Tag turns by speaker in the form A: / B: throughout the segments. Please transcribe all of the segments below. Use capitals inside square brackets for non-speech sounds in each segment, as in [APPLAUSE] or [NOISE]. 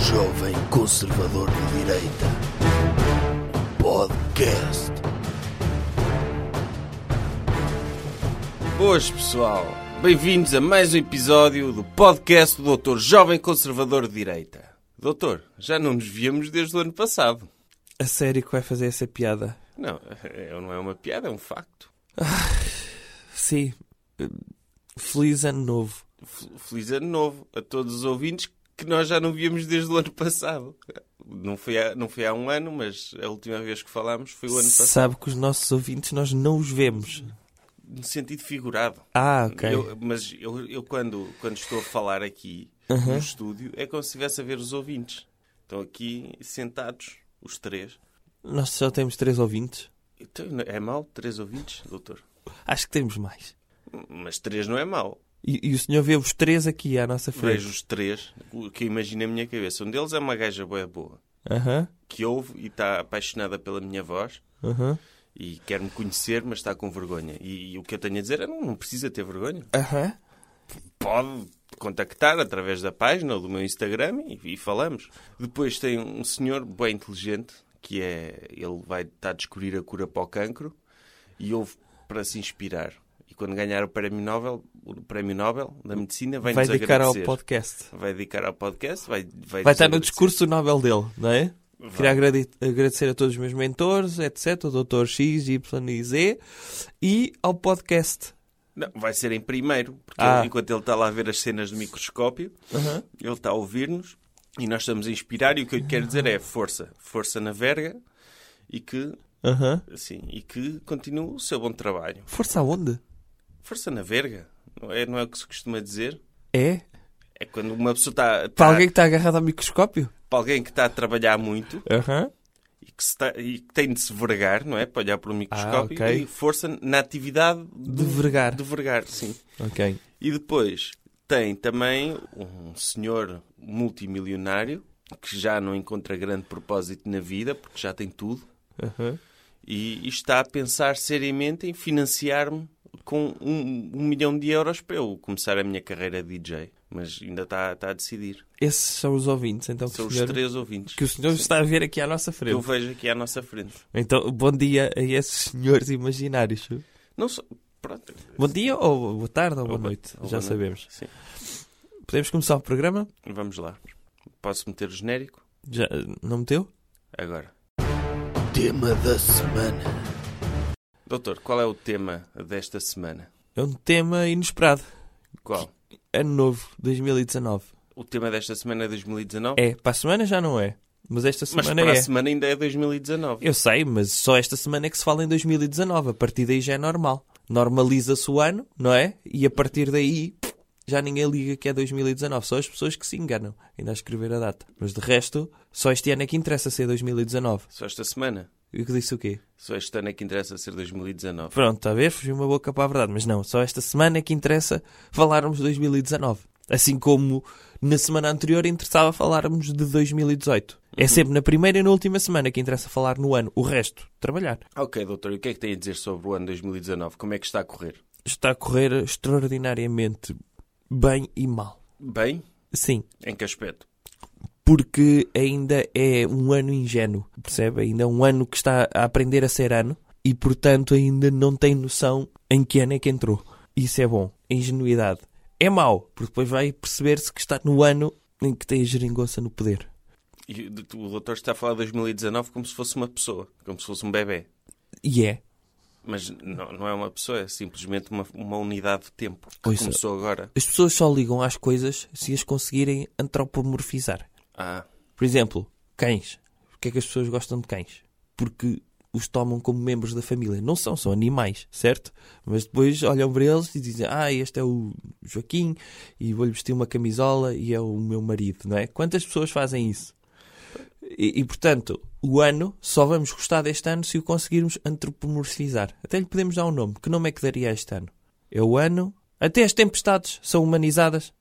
A: Jovem Conservador de Direita. Podcast.
B: Boas pessoal, bem-vindos a mais um episódio do podcast do Doutor Jovem Conservador de Direita. Doutor, já não nos víamos desde o ano passado.
C: A sério que vai fazer essa piada?
B: Não, é- não é uma piada, é um facto.
C: Sim. Eh, Feliz ano novo.
B: F- Feliz ano novo a todos os ouvintes que nós já não víamos desde o ano passado. Não foi há, não foi há um ano, mas a última vez que falámos foi o ano passado,
C: Sabe que os nossos ouvintes nós não os vemos.
B: no sentido figurado.
C: Ah, ok.
B: Eu- mas eu, eu quando, quando estou a falar aqui no estúdio é como se estivesse a ver os ouvintes. Estão aqui sentados, os três.
C: Nós só temos três ouvintes.
B: Então, não- é mau? Três ouvintes, doutor?
C: Acho que temos mais.
B: Mas três não é mau.
C: E, e o senhor vê os três aqui à nossa
B: Vejo
C: frente.
B: os três, o que eu imagino na minha cabeça. Um deles é uma gaja boa boa,
C: Aham.
B: que ouve e está apaixonada pela minha voz
C: Aham.
B: e quer-me conhecer, mas está com vergonha. E, e o que eu tenho a dizer é não, não precisa ter vergonha.
C: Aham.
B: pode contactar através da página ou do meu Instagram e, e falamos. Depois tem um senhor bem inteligente que é ele vai estar a descobrir a cura para o cancro e ouve para se inspirar. E quando ganhar o prémio Nobel, o prémio Nobel da medicina vai,
C: Vai
B: nos
C: dedicar ao
B: agradecer.
C: podcast.
B: Vai dedicar ao podcast, vai vai,
C: Vai estar no
B: nos
C: discurso Nobel dele, não é?
B: agradecer.
C: Queria agrade- agradecer a todos os meus mentores, etc. O Dr. X, Y e Z. E ao podcast.
B: Não, vai ser em primeiro, porque
C: Ah.
B: ele- enquanto ele está lá a ver as cenas do microscópio, ele está a ouvir-nos e nós estamos a inspirar e o que eu lhe quero dizer é força, força na verga e que,
C: Aham.
B: assim, e que continue o seu bom trabalho.
C: Força aonde?
B: Força na verga, não é, não é o que se costuma dizer?
C: É?
B: É quando uma pessoa está, está-
C: Para alguém que está agarrado ao microscópio?
B: para alguém que está a trabalhar muito
C: Aham.
B: e que, se está- e que tem de se vergar, não é? Para olhar para o microscópio
C: Ah, ok.
B: e força na atividade
C: De vergar.
B: de vergar, sim.
C: Ok.
B: E depois tem também um senhor multimilionário que já não encontra grande propósito na vida, porque já tem tudo, e, e está a pensar seriamente em financiar-me com um, um milhão de euros para eu começar a minha carreira de DJ. Mas ainda está, está a decidir.
C: Esses são os ouvintes, então, que
B: São
C: o
B: os
C: senhor,
B: três ouvintes
C: que o senhor está a ver aqui à nossa
B: que eu
C: frente.
B: vejo aqui à nossa frente.
C: Então, bom dia a esses senhores imaginários.
B: Não só. Pronto.
C: Bom dia, ou boa tarde, ou boa
B: Ou boa-
C: noite.
B: ou boa
C: Já
B: noite.
C: sabemos.
B: Sim.
C: Podemos começar o programa?
B: Vamos lá. Posso meter o genérico?
C: Já, não meteu?
B: Agora.
A: Tema da semana.
B: Doutor, qual é o tema desta semana?
C: É um tema inesperado.
B: Qual?
C: Ano novo, 2019.
B: O tema desta semana é 2019?
C: É, para a semana já não é. Mas esta
B: Mas
C: semana
B: para
C: é.
B: a semana ainda é 2019.
C: Eu sei, mas só esta semana é que se fala em 2019. A partir daí já é normal. Normaliza-se o ano, não é? E a partir daí já ninguém liga que é 2019. Só as pessoas que se enganam, ainda a escrever a data. Mas de resto, só este ano é que interessa ser 2019.
B: Só esta semana.
C: E que disse o quê?
B: Só este ano é que interessa ser 2019.
C: Pronto, está a ver? Fugiu uma boca para a verdade. Mas não, só esta semana é que interessa falarmos de 2019. Assim como na semana anterior interessava falarmos de 2018. É sempre na primeira e na última semana que interessa falar no ano. O resto, trabalhar.
B: Ok, doutor, e o que é que tem a dizer sobre o ano 2019? Como é que está a correr?
C: está a correr extraordinariamente bem e mal.
B: Bem?
C: Sim,
B: Em que aspecto?
C: porque ainda é um ano ingênuo, percebe? Ainda é um ano que está a aprender a ser ano e, portanto, ainda não tem noção em que ano é que entrou. Isso é bom. A ingenuidade. É mau, porque depois vai perceber-se que está no ano em que tem a geringonça no poder.
B: E o o doutor está a falar de 2019 como se fosse uma pessoa, como se fosse um bebê.
C: E é.
B: Mas não, não é uma pessoa, é simplesmente uma, uma unidade de tempo que
C: Pois é.
B: começou agora.
C: As pessoas só ligam às coisas se as conseguirem antropomorfizar.
B: Ah,
C: Por exemplo, cães. Porquê é que as pessoas gostam de cães? Porque os tomam como membros da família. Não são, são animais, certo? Mas depois olham para eles e dizem: Ah, este é o Joaquim e vou-lhe vestir uma camisola e é o meu marido, não é? Quantas pessoas fazem isso? E, e, portanto, o ano, só vamos gostar deste ano se o conseguirmos antropomorfizar. Até lhe podemos dar um nome. Que nome é que daria a este ano? É o ano. Até as tempestades são humanizadas.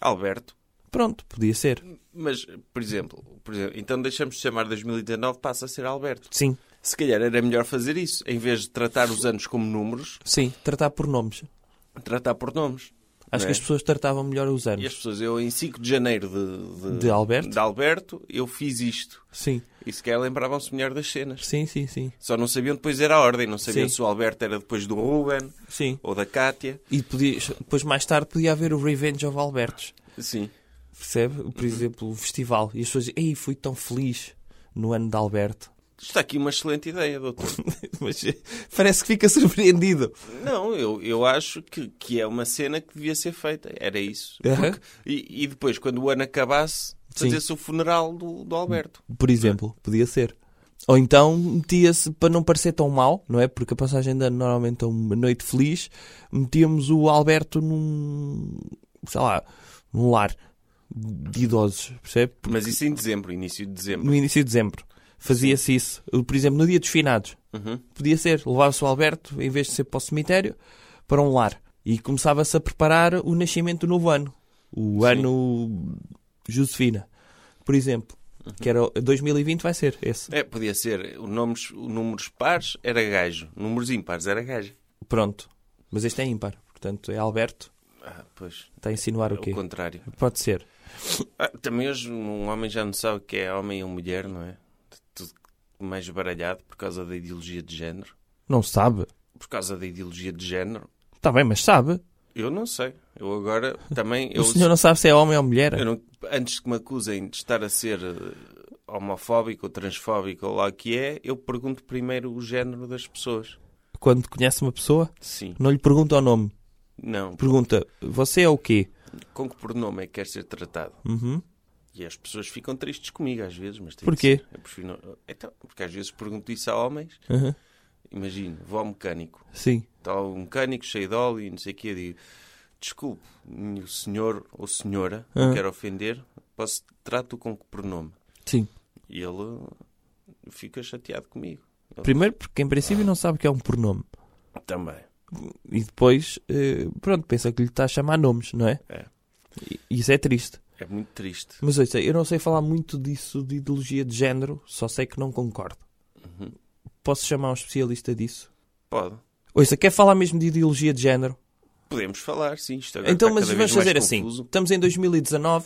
B: Alberto.
C: Pronto, podia ser.
B: Mas, por exemplo, por exemplo, então deixamos de chamar 2019, passa a ser Alberto.
C: Sim,
B: Se calhar era melhor fazer isso, em vez de tratar os anos como números,
C: sim, tratar por nomes.
B: tratar por nomes.
C: Acho
B: Não
C: que
B: é?
C: as pessoas tratavam melhor os
B: E
C: anos.
B: as pessoas, eu em 5 de janeiro de,
C: De Alberto?
B: de Alberto, eu fiz isto.
C: Sim,
B: E sequer lembravam-se melhor das cenas.
C: sim, sim, sim.
B: Só não sabiam depois era a ordem, não sabiam
C: Sim.
B: se o Alberto era depois do Ruben
C: Sim.
B: ou da Cátia.
C: E podia- depois mais tarde podia haver o Revenge of Albertos. Uhum.
B: Sim.
C: Percebe? Por exemplo, o festival. E as pessoas dizem, ei, fui tão feliz no ano de Alberto. [LAUGHS]
B: Está aqui uma excelente ideia, doutor.
C: Mas eh, parece que fica [LAUGHS] surpreendido.
B: Não, eu, eu acho que, que é uma cena que devia ser feita. Era isso.
C: Aham.
B: Porque- e, e depois, quando o ano acabasse,
C: Sim.
B: fazia-se o funeral do, do Alberto.
C: Por exemplo, podia ser. Ou então metia-se, para não parecer tão mal, não é? Porque a passagem de ano normalmente é uma noite feliz, metíamos o Alberto num. sei lá, num lar de idosos, percebe?
B: Mas isso em dezembro, início de dezembro.
C: No início de dezembro. Fazia-se isso. Por exemplo, no dia dos finados.
B: Uhum.
C: Podia ser. Levava-se o Alberto, em vez de ser para o cemitério, para um lar. E começava-se a preparar o nascimento do novo ano. O
B: Sim.
C: ano Josefina, por exemplo. Que era o-
B: Uhum.
C: 2020 vai ser esse.
B: É, podia ser. O nomes, o números pares era gajo. Números ímpares era gajo.
C: Pronto. Mas este é ímpar. Portanto, é Alberto.
B: Ah, pois.
C: Está a insinuar o
B: É
C: quê?
B: o contrário.
C: Pode ser.
B: Ah, também hoje um homem já não sabe o que é homem ou mulher, não é? Tudo mais baralhado por causa da ideologia de género.
C: Não sabe.
B: Por causa da ideologia de género.
C: Está bem, mas sabe.
B: Eu não sei. Eu agora também.
C: [LAUGHS]
B: Eu,
C: O senhor não sabe se é homem ou mulher.
B: eu não- antes que me acusem de estar a ser eh, homofóbico ou transfóbico ou lá o que é, eu pergunto primeiro o género das pessoas.
C: Quando conhece uma pessoa,
B: Sim.
C: não lhe pergunta o nome.
B: Não.
C: Pergunta, você é o quê?
B: Com que pronome é que quer ser tratado?
C: Uhum.
B: E as pessoas ficam tristes comigo às vezes. Mas tem
C: Porquê?
B: que ser. Eu prefiro não- Então, porque às vezes pergunto isso a homens.
C: Uhum.
B: Imagino, vou ao mecânico.
C: Sim.
B: Está um mecânico cheio de óleo e não sei o quê. eu Digo, desculpe, o senhor ou senhora,
C: Ah.
B: não quero ofender, posso trato com que pronome?
C: Sim.
B: E ele fica chateado comigo.
C: Primeiro porque em princípio não sabe o que é um pronome.
B: Também.
C: E depois, eh, pronto, pensa que lhe está a chamar nomes, não é?
B: É.
C: E isso é triste.
B: É muito triste.
C: Mas ouça, eu não sei falar muito disso de ideologia de género, só sei que não concordo.
B: Uhum.
C: Posso chamar um especialista disso?
B: Pode.
C: Ouça, quer falar mesmo de ideologia de género?
B: Podemos falar, sim. Isto agora
C: Então,
B: está
C: mas
B: cada
C: vamos
B: vez mais
C: fazer assim.
B: confuso.
C: Estamos em 2019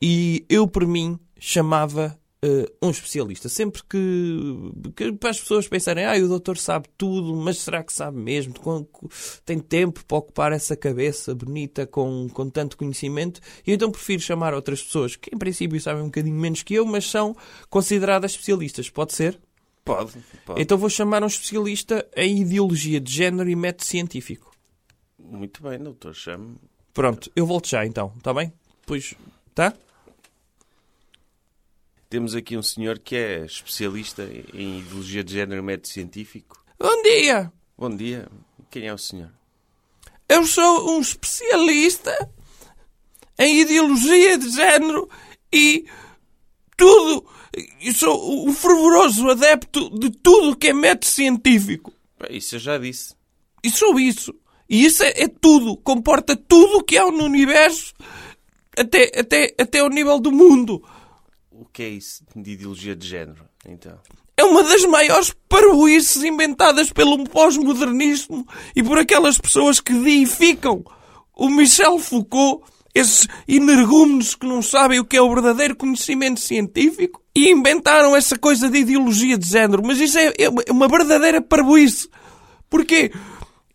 C: e eu, por mim, chamava eh, um especialista. Sempre que, que para as pessoas pensarem, ah, o doutor sabe tudo, mas será que sabe mesmo? Com- com- Tem tempo para ocupar essa cabeça bonita com, com tanto conhecimento? E então prefiro chamar outras pessoas que, em princípio, sabem um bocadinho menos que eu, mas são consideradas especialistas. Pode ser?
B: Pode. pode.
C: Então vou chamar um especialista em ideologia de género e método científico. Então-
B: Muito bem, doutor. Chame.
C: Pronto, eu volto já então, está bem? Pois, tá?
B: Temos aqui um senhor que é especialista em ideologia de género e método científico.
C: Bom dia!
B: Bom dia. Quem é o senhor?
C: Eu sou um especialista em ideologia de género e tudo. Eu sou um fervoroso adepto de tudo que é método científico.
B: Bem, Isso eu já disse.
C: E sou isso. E isso é, é tudo. Comporta tudo o que há no universo até, até, até ao nível do mundo.
B: O que é isso de ideologia de género, então?
C: é uma das maiores parvoíces inventadas pelo pós-modernismo e por aquelas pessoas que deificam o Michel Foucault, esses energúmenos que não sabem o que é o verdadeiro conhecimento científico, e inventaram essa coisa de ideologia de género. Mas isso é, é uma- é uma verdadeira parvoíce. Porquê?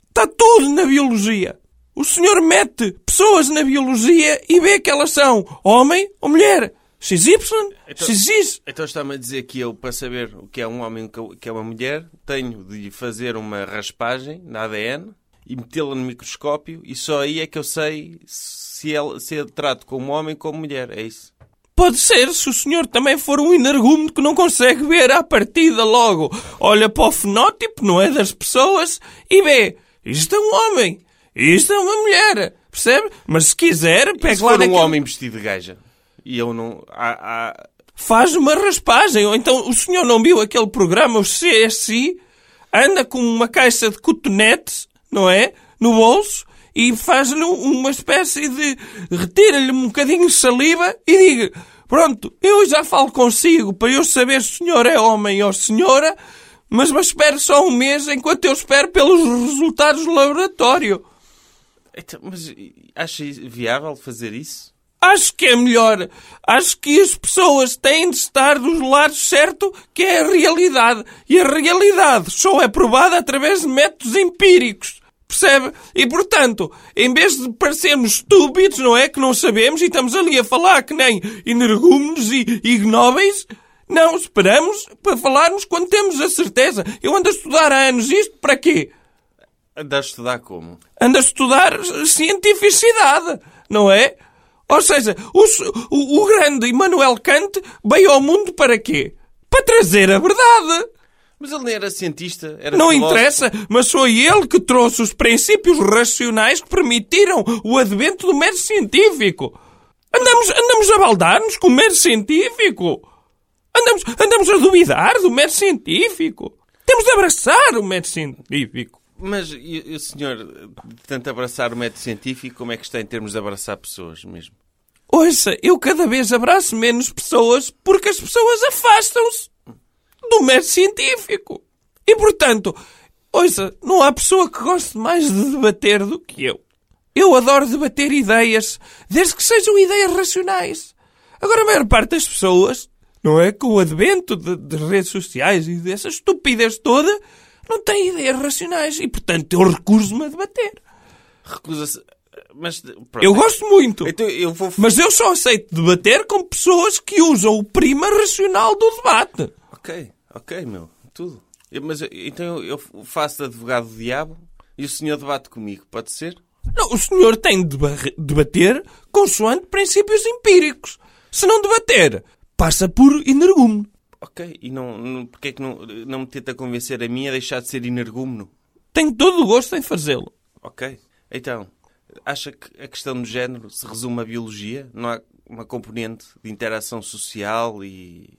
C: Está tudo na biologia. O senhor mete pessoas na biologia e vê que elas são homem ou mulher. XY,
B: Então-
C: XX.
B: Então está-me a dizer que eu, para saber o que é um homem e o que é uma mulher, tenho de fazer uma raspagem na ADN e metê-la no microscópio e só aí é que eu sei se ele se ele trato como homem ou como mulher. É isso.
C: Pode ser, se o senhor também for um energúmeno que não consegue ver à partida logo. Olha para o fenótipo, não é? Das pessoas e vê. Isto é um homem. Isto é uma mulher. Percebe? Mas se quiser,
B: É
C: pega
B: se
C: lá
B: for um
C: naquele-
B: homem vestido de gaja e eu não... Há, há-
C: Faz uma raspagem. Ou então o senhor não viu aquele programa, o CSI, anda com uma caixa de cotonetes, não é? No bolso e faz-lhe uma espécie de. retira-lhe um bocadinho de saliva e diga: Pronto, eu já falo consigo para eu saber se o senhor é homem ou senhora, mas, mas espere só um mês enquanto eu espero pelos resultados do laboratório.
B: Então, mas e, acha viável fazer isso?
C: Acho que é melhor. Acho que as pessoas têm de estar dos lados certo, que é a realidade. E a realidade só é provada através de métodos empíricos. Percebe? E portanto, em vez de parecermos estúpidos, não é? Que não sabemos e estamos ali a falar que nem energúmenos e ignóveis, não esperamos para falarmos quando temos a certeza. Eu ando a estudar há anos isto para quê?
B: Andar a estudar como?
C: anda a estudar cientificidade, não é? Ou seja, o, o, o grande Immanuel Kant veio ao mundo para quê? Para trazer a verdade.
B: Mas ele nem era cientista, era
C: Não
B: filósofo.
C: interessa, mas foi ele que trouxe os princípios racionais que permitiram o advento do mérito científico. Andamos, andamos a baldar-nos com o mérito científico. Andamos, andamos a duvidar do mérito científico. Temos de abraçar o mérito científico.
B: Mas e- e o senhor, de tanto abraçar o método científico, como é que está em termos de abraçar pessoas mesmo?
C: Ouça, eu cada vez abraço menos pessoas porque as pessoas afastam-se do mérito científico. E portanto, ouça, não há pessoa que goste mais de debater do que eu. Eu adoro debater ideias, desde que sejam ideias racionais. Agora, a maior parte das pessoas, não é? Com o advento de, de redes sociais e dessa estupidez toda, não têm ideias racionais. E portanto, eu recuso-me a debater.
B: Recusa-se. Mas. Pronto.
C: Eu gosto muito.
B: Então eu vou.
C: Mas eu só aceito debater com pessoas que usam o prima racional do debate.
B: Ok, ok, meu. Tudo. Eu- mas eu- então eu eu faço de advogado do diabo e o senhor debate comigo, pode ser?
C: Não, o senhor tem de barre- debater consoante princípios empíricos. Se não debater, passa por energúmeno.
B: Ok, e não, não, porque é que não, não me tenta convencer a mim a deixar de ser energúmeno?
C: Tenho todo o gosto em fazê-lo.
B: Ok, então, acha que a questão do género se resume à biologia? Não há uma componente de interação social e,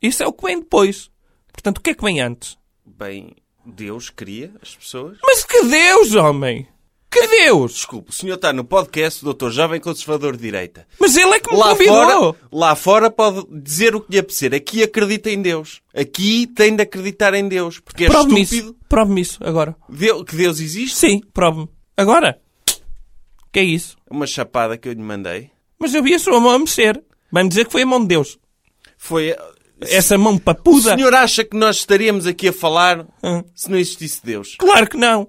C: Isso é o que vem depois. Portanto, o que é que vem antes?
B: bem, Deus cria as pessoas?
C: Mas que Deus, homem! Que Deus!
B: Desculpe, o senhor está no podcast do Dr. Jovem Conservador de Direita.
C: Mas ele é que me
B: Lá
C: convidou!
B: fora, lá fora pode dizer o que lhe apetecer. Aqui acredita em Deus. Aqui tem de acreditar em Deus. Porque é
C: Prove-me isso.
B: estúpido
C: Prove-me isso agora.
B: Deu- que Deus existe.
C: Sim, prove-me. Agora? Que é isso?
B: Uma chapada que eu lhe mandei
C: Mas eu vi a sua mão a mexer. Vai-me dizer que foi a mão de Deus.
B: foi... eh,
C: Essa mão
B: O
C: papuda?
B: senhor acha que nós estaríamos aqui a falar
C: Hã?
B: se não existisse Deus?
C: Claro que não.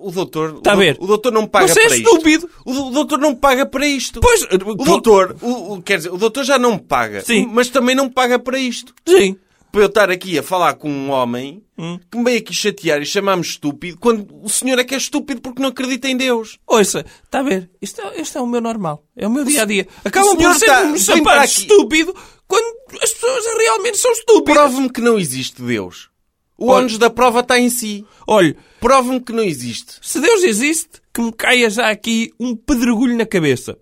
B: O doutor,
C: Tá
B: o,
C: a ver?
B: o doutor não paga
C: Você é
B: para isto.
C: estúpido.
B: O, do- o doutor não paga para isto.
C: Pois,
B: O doutor, o, o- quer dizer, o doutor já não paga,
C: Sim.
B: mas também não paga para isto.
C: Sim.
B: Para eu estar aqui a falar com um homem
C: Hum.
B: que me veio aqui chatear e chamar-me estúpido, quando o senhor é que é estúpido porque não acredita em Deus.
C: Ouça, está a ver? Isto é, este é o meu normal. É o meu dia a dia. Acabam
B: o senhor
C: por ser
B: tá-
C: um
B: vem para
C: sapato
B: aqui.
C: estúpido quando as pessoas realmente são estúpidas.
B: Prove-me que não existe Deus. O
C: Olha-
B: ónus da prova está em si.
C: Olha,
B: Prove-me que não existe.
C: se Deus existe, que me caia já aqui um pedregulho na cabeça.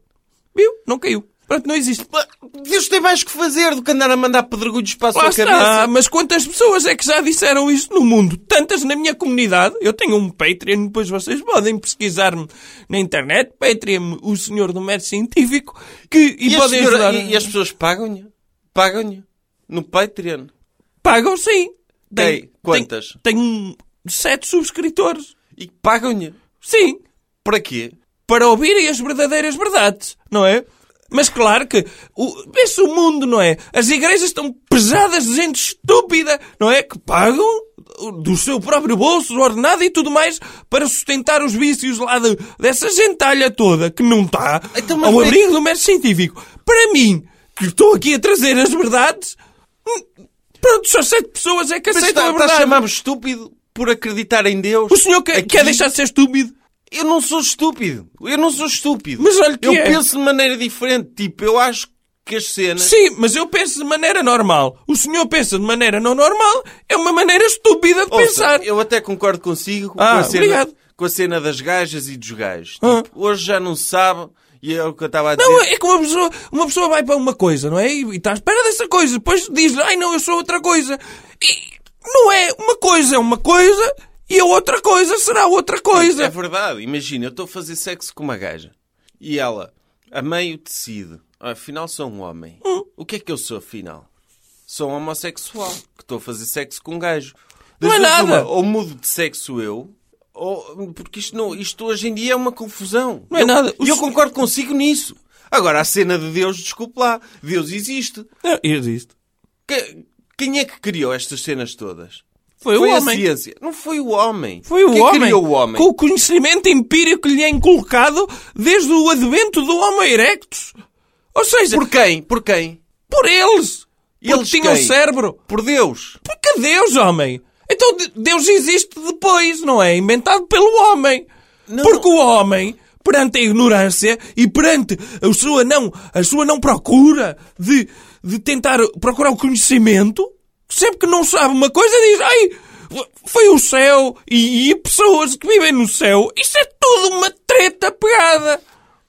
C: Viu? Não caiu. Pronto, não existe.
B: Mas Deus tem mais que fazer do que andar a mandar pedregulhos para a sua
C: Lá
B: cabeça.
C: está, Ah, mas quantas pessoas é que já disseram isto no mundo? Tantas na minha comunidade. Eu tenho um Patreon, depois vocês podem pesquisar-me na internet. Patreon, o senhor do mérito científico, que, e,
B: E, as
C: podem
B: senhora-
C: ajudar.
B: e- e as pessoas pagam-lhe? Pagam-lhe? No Patreon?
C: Pagam sim.
B: Quem? Quantas?
C: Tenho, tenho um- sete subscritores.
B: E pagam-lhe?
C: Sim.
B: Para quê?
C: para ouvirem as verdadeiras verdades, não é? Mas claro que o, vê-se o mundo, não é? As igrejas estão pesadas de gente estúpida, não é? Que pagam do seu próprio bolso, do ordenado e tudo mais para sustentar os vícios lá de- dessa gentalha toda que não está
B: Então, mas
C: ao
B: vê-
C: abrigo do mérito científico. Para mim, que estou aqui a trazer as verdades, hum, pronto, só sete pessoas é que
B: Mas
C: aceitam a
B: está, está a
C: verdade.
B: chamar-me tá estúpido por acreditar em Deus?
C: O senhor quer,
B: Aqui-
C: quer deixar de ser estúpido?
B: Eu não sou estúpido. Eu não sou estúpido.
C: Mas olha que
B: Eu
C: é.
B: penso de maneira diferente. Tipo, eu acho que as cenas...
C: Sim, mas eu penso de maneira normal. O senhor pensa de maneira não normal, é uma maneira estúpida de
B: Ouça,
C: pensar.
B: Eu até concordo consigo com,
C: Ah,
B: a cena,
C: obrigado.
B: com a cena das gajas e dos gajos.
C: Ah.
B: Tipo, hoje já não se sabe. E é o que eu estava a dizer.
C: Não, é que uma pessoa, uma pessoa vai para uma coisa, não é? E e está à espera dessa coisa. Depois diz, ai não, eu sou outra coisa. E não é uma coisa, é uma coisa e a outra coisa será outra
B: É
C: coisa.
B: verdade. Imagina, eu estou a fazer sexo com uma gaja. E ela, a meio, decide. "Ah, Afinal, sou um homem.
C: Hum.
B: O que é que eu sou, afinal? Sou um homossexual. Que estou a fazer sexo com um gajo. Das
C: Não é
B: duas,
C: nada.
B: uma, ou mudo de sexo eu, Oh, porque isto, não, isto hoje em dia é uma confusão.
C: Não é
B: Eu-
C: nada.
B: E eu
C: Os-
B: concordo consigo nisso. Agora, a cena de Deus, desculpe lá. Deus existe.
C: Não, existe.
B: Que- quem é que criou estas cenas todas?
C: Foi, o
B: a
C: homem.
B: ciência. Não foi o homem.
C: Foi o
B: quem
C: homem.
B: criou o homem?
C: Com o conhecimento empírico que lhe é inculcado desde o advento do Homo erectus. Ou seja, por,
B: Por quem? Por quem?
C: eles. Porque
B: Eles
C: tinham
B: quem?
C: cérebro.
B: Por Deus.
C: Porque é Deus, homem. Então de- Deus existe depois, não é? Inventado pelo homem.
B: Não.
C: Porque o homem, perante a ignorância e perante a sua não, a sua não procura de, de tentar procurar o conhecimento, sempre que não sabe uma coisa diz, ai, foi o céu e, e pessoas que vivem no céu. Isso é tudo uma treta pegada.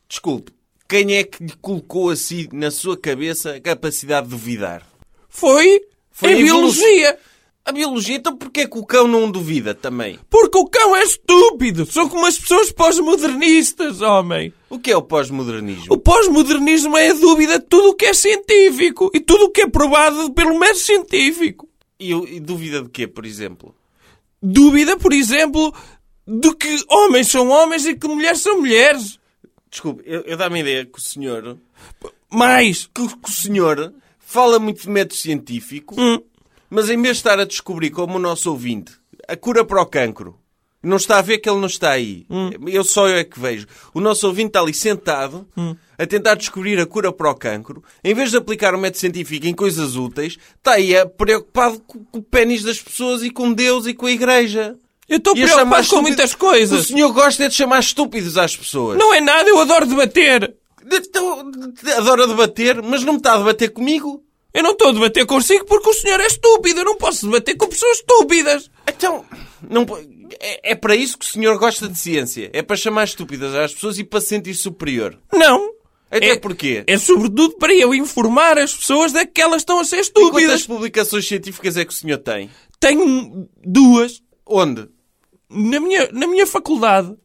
B: Desculpe. Quem é que lhe colocou assim na sua cabeça a capacidade de duvidar?
C: Foi,
B: Foi
C: em
B: a evolução.
C: biologia.
B: A biologia, então porquê é que o cão não duvida também?
C: Porque o cão é estúpido. São como as pessoas pós-modernistas, homem.
B: O que é o
C: O
B: pós-modernismo?
C: pós-modernismo é a dúvida de tudo o que é científico e tudo o que é provado pelo método científico.
B: E, e duvida de quê, por exemplo?
C: Dúvida, por exemplo, de que homens são homens e que mulheres são mulheres.
B: Desculpe, eu, eu dá-me a ideia que o senhor...
C: Mas,
B: Que, o- que o senhor fala muito de método científico,
C: Hum.
B: mas em vez de estar a descobrir, como o nosso ouvinte, a cura para o cancro, não está a ver que ele não está aí.
C: Hum.
B: Eu só eu é que vejo. O nosso ouvinte está ali sentado
C: Hum.
B: a tentar descobrir a cura para o cancro. Em vez de aplicar o método científico em coisas úteis, está aí a- preocupado com, com o pênis das pessoas e com Deus e com a igreja.
C: eu estou
B: E a chamar
C: preocupado com
B: estúpido-
C: muitas
B: O
C: coisas.
B: senhor gosta é de chamar estúpidos às pessoas.
C: Não é nada, eu adoro debater.
B: Então, Adora debater, mas não me está a debater comigo.
C: Eu não estou a debater consigo porque o senhor é estúpido. Eu não posso debater com pessoas estúpidas.
B: Então, não po- é, é para isso que o senhor gosta de ciência. É para chamar estúpidas às pessoas e para se sentir superior.
C: Não.
B: Até
C: é,
B: porque...
C: é sobretudo para eu informar as pessoas de que elas estão a ser
B: Quantas
C: estúpidas.
B: publicações científicas é que o senhor tem?
C: Tenho duas
B: Onde?
C: na minha, na minha faculdade.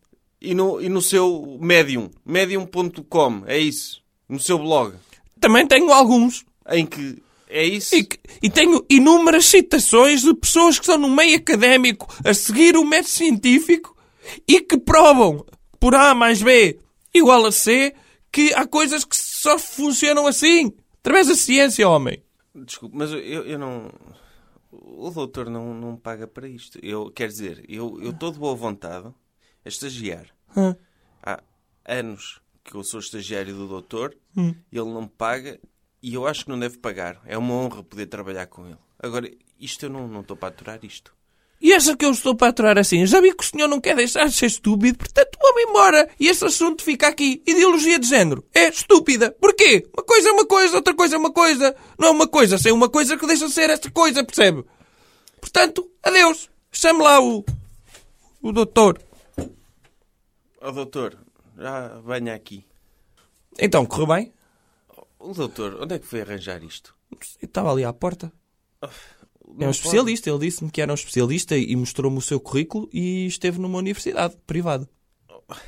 B: E no, e no seu Medium. Medium.com, é isso. No seu blog.
C: Também tenho alguns.
B: Em que... É isso?
C: E, que- e tenho inúmeras citações de pessoas que estão no meio académico a seguir o método científico e que provam por A mais B igual a C que há coisas que só funcionam assim. Através da ciência, homem.
B: Desculpe, mas eu, eu não... O doutor não, não paga para isto. Eu, quer dizer, eu eu estou de boa vontade a estagiar.
C: Hã?
B: há anos que eu sou estagiário do doutor,
C: Hum.
B: ele não me paga e eu acho que não deve pagar. É uma honra poder trabalhar com ele. Agora, isto eu não não estou para aturar isto.
C: E acha que eu estou para aturar assim? Já vi que o senhor não quer deixar de ser estúpido, portanto vou-me embora. E este assunto fica aqui. Ideologia de género. É estúpida. Porquê? Uma coisa é uma coisa, outra coisa é uma coisa. Não é uma coisa sem uma coisa que deixa de ser esta coisa, percebe? Portanto, adeus. Chame lá o... O doutor.
B: Ó doutor, já venha aqui.
C: Então, correu bem?
B: O doutor, onde é que foi arranjar isto?
C: Eu estava ali à porta. É um
B: Não
C: especialista. Ele disse-me que era um especialista e mostrou-me o seu currículo e esteve numa universidade privada.
B: pode.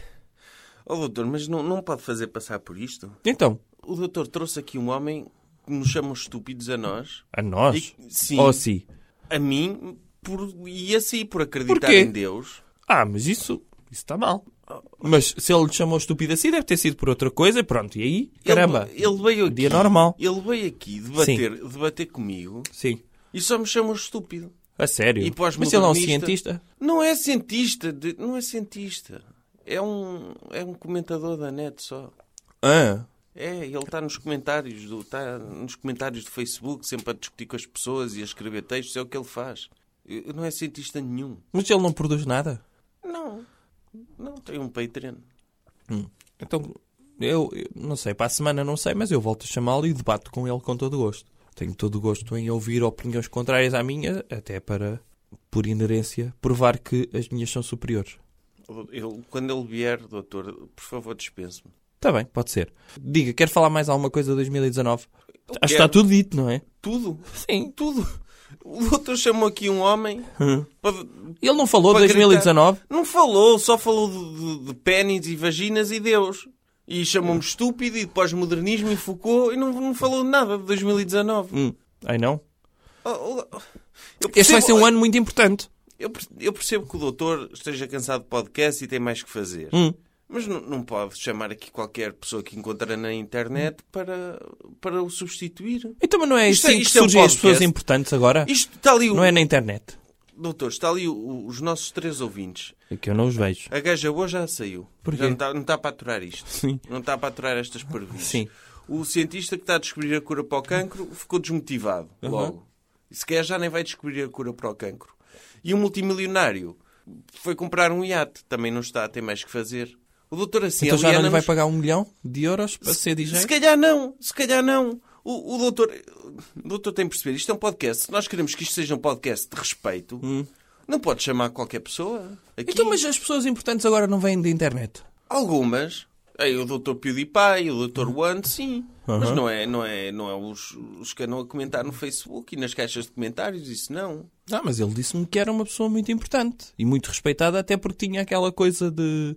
B: Ó doutor, mas não, não pode fazer passar por isto?
C: Então,
B: O doutor trouxe aqui um homem que nos chamam estúpidos a nós,
C: a nós?
B: E- sim.
C: Oh, sim.
B: a mim, por, e a si, por acreditar
C: Porquê?
B: em Deus.
C: Ah, mas isso isso está mal. Mas se ele lhe chamou estúpido assim, deve ter sido por outra coisa. Pronto, e aí?
B: Ele-
C: Caramba.
B: Ele, veio aqui.
C: Dia normal.
B: Ele veio aqui debater, debater comigo
C: Sim.
B: e só me chamam estúpido.
C: A sério.
B: E pós-modernista?
C: Mas ele é um cientista?
B: Não é cientista, de- não é cientista. É um, é um comentador da net só.
C: Ah.
B: É, ele está nos comentários do está nos comentários do Facebook, sempre a discutir com as pessoas e a escrever textos, é o que ele faz. Eu- Não é cientista nenhum.
C: Mas ele não produz nada?
B: Não. Não, tem um Patreon.
C: Então, eu, eu não sei. Para a semana não sei, mas eu volto a chamá-lo e debato com ele com todo o gosto. Tenho todo o gosto em ouvir opiniões contrárias à minha, até para, por inerência, provar que as minhas são superiores.
B: Ele- quando ele vier, doutor, por favor, dispense-me.
C: Está Tá bem, pode ser. Diga, quer falar mais alguma coisa de 2019? Acho que está
B: quero.
C: tudo dito, não é?
B: Tudo,
C: Sim.
B: tudo. O doutor chamou aqui um homem para
C: Ele não falou de
B: Para gritar.
C: 2019?
B: Não falou, só falou de, de, de pênis e vaginas e Deus. E chamou-me estúpido e depois modernismo e Foucault e não, não falou de nada de 2019.
C: Hum. Ai não?
B: Oh, oh, eu
C: Este vai
B: percebo-
C: ser um ano um muito importante.
B: Eu, per- eu percebo que o doutor esteja cansado de podcast e tem mais que fazer.
C: Hum.
B: Mas não, não pode chamar aqui qualquer pessoa que encontra na internet para, para o substituir.
C: Então, mas não é
B: Isto
C: isto
B: é-
C: assim que
B: isto é um
C: surgem as
B: podcast.
C: pessoas importantes agora?
B: Isto está ali, o,
C: Não é na internet.
B: doutor, está ali o- o- os nossos três ouvintes.
C: É que eu não os vejo.
B: A gaja hoje já saiu.
C: Porquê?
B: Já não está, não está para aturar isto.
C: Sim.
B: Não está para aturar estas parvinhas.
C: Sim.
B: O cientista que está a descobrir a cura para o cancro ficou desmotivado logo. E sequer já nem vai descobrir a cura para o cancro. E o multimilionário foi comprar um iate. Também não está a ter mais que fazer. O doutor assim,
C: Então já não lhe vai
B: aliena-nos-
C: pagar um milhão de euros para ser DJ?
B: se calhar não, se calhar não. O, o doutor, o doutor tem que perceber, isto é um podcast. Se nós queremos que isto seja um podcast de respeito, não pode chamar qualquer pessoa. Aqui,
C: Hum. Então, mas as pessoas importantes agora não vêm da internet?
B: Algumas. Aí, o doutor PewDiePie, o
C: Hum.
B: doutor One, sim. Mas não é, não é, não é os, os que andam a comentar no Facebook e nas caixas de comentários, isso não.
C: Ah, mas ele disse-me que era uma pessoa muito importante e muito respeitada, até porque tinha aquela coisa de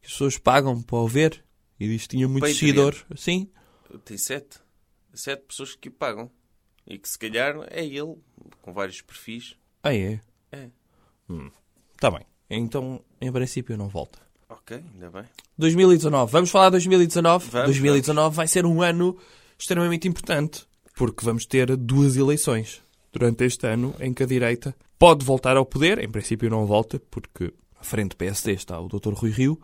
C: que as pessoas pagam para o ver. E diz que tinha muitos
B: Patreon.
C: seguidores. Sim.
B: Tem sete. Sete pessoas que o pagam. E que se calhar é ele, com vários perfis.
C: Ah, é?
B: É.
C: Está bem. Então, em princípio, não volta.
B: Ok, ainda bem.
C: É 2019. Vamos falar de 2019?
B: Vamos,
C: 2019 vai ser um ano extremamente importante, porque vamos ter duas eleições durante este ano em que a direita pode voltar ao poder. Em princípio não volta, porque à frente do PSD está o Dr. Rui Rio,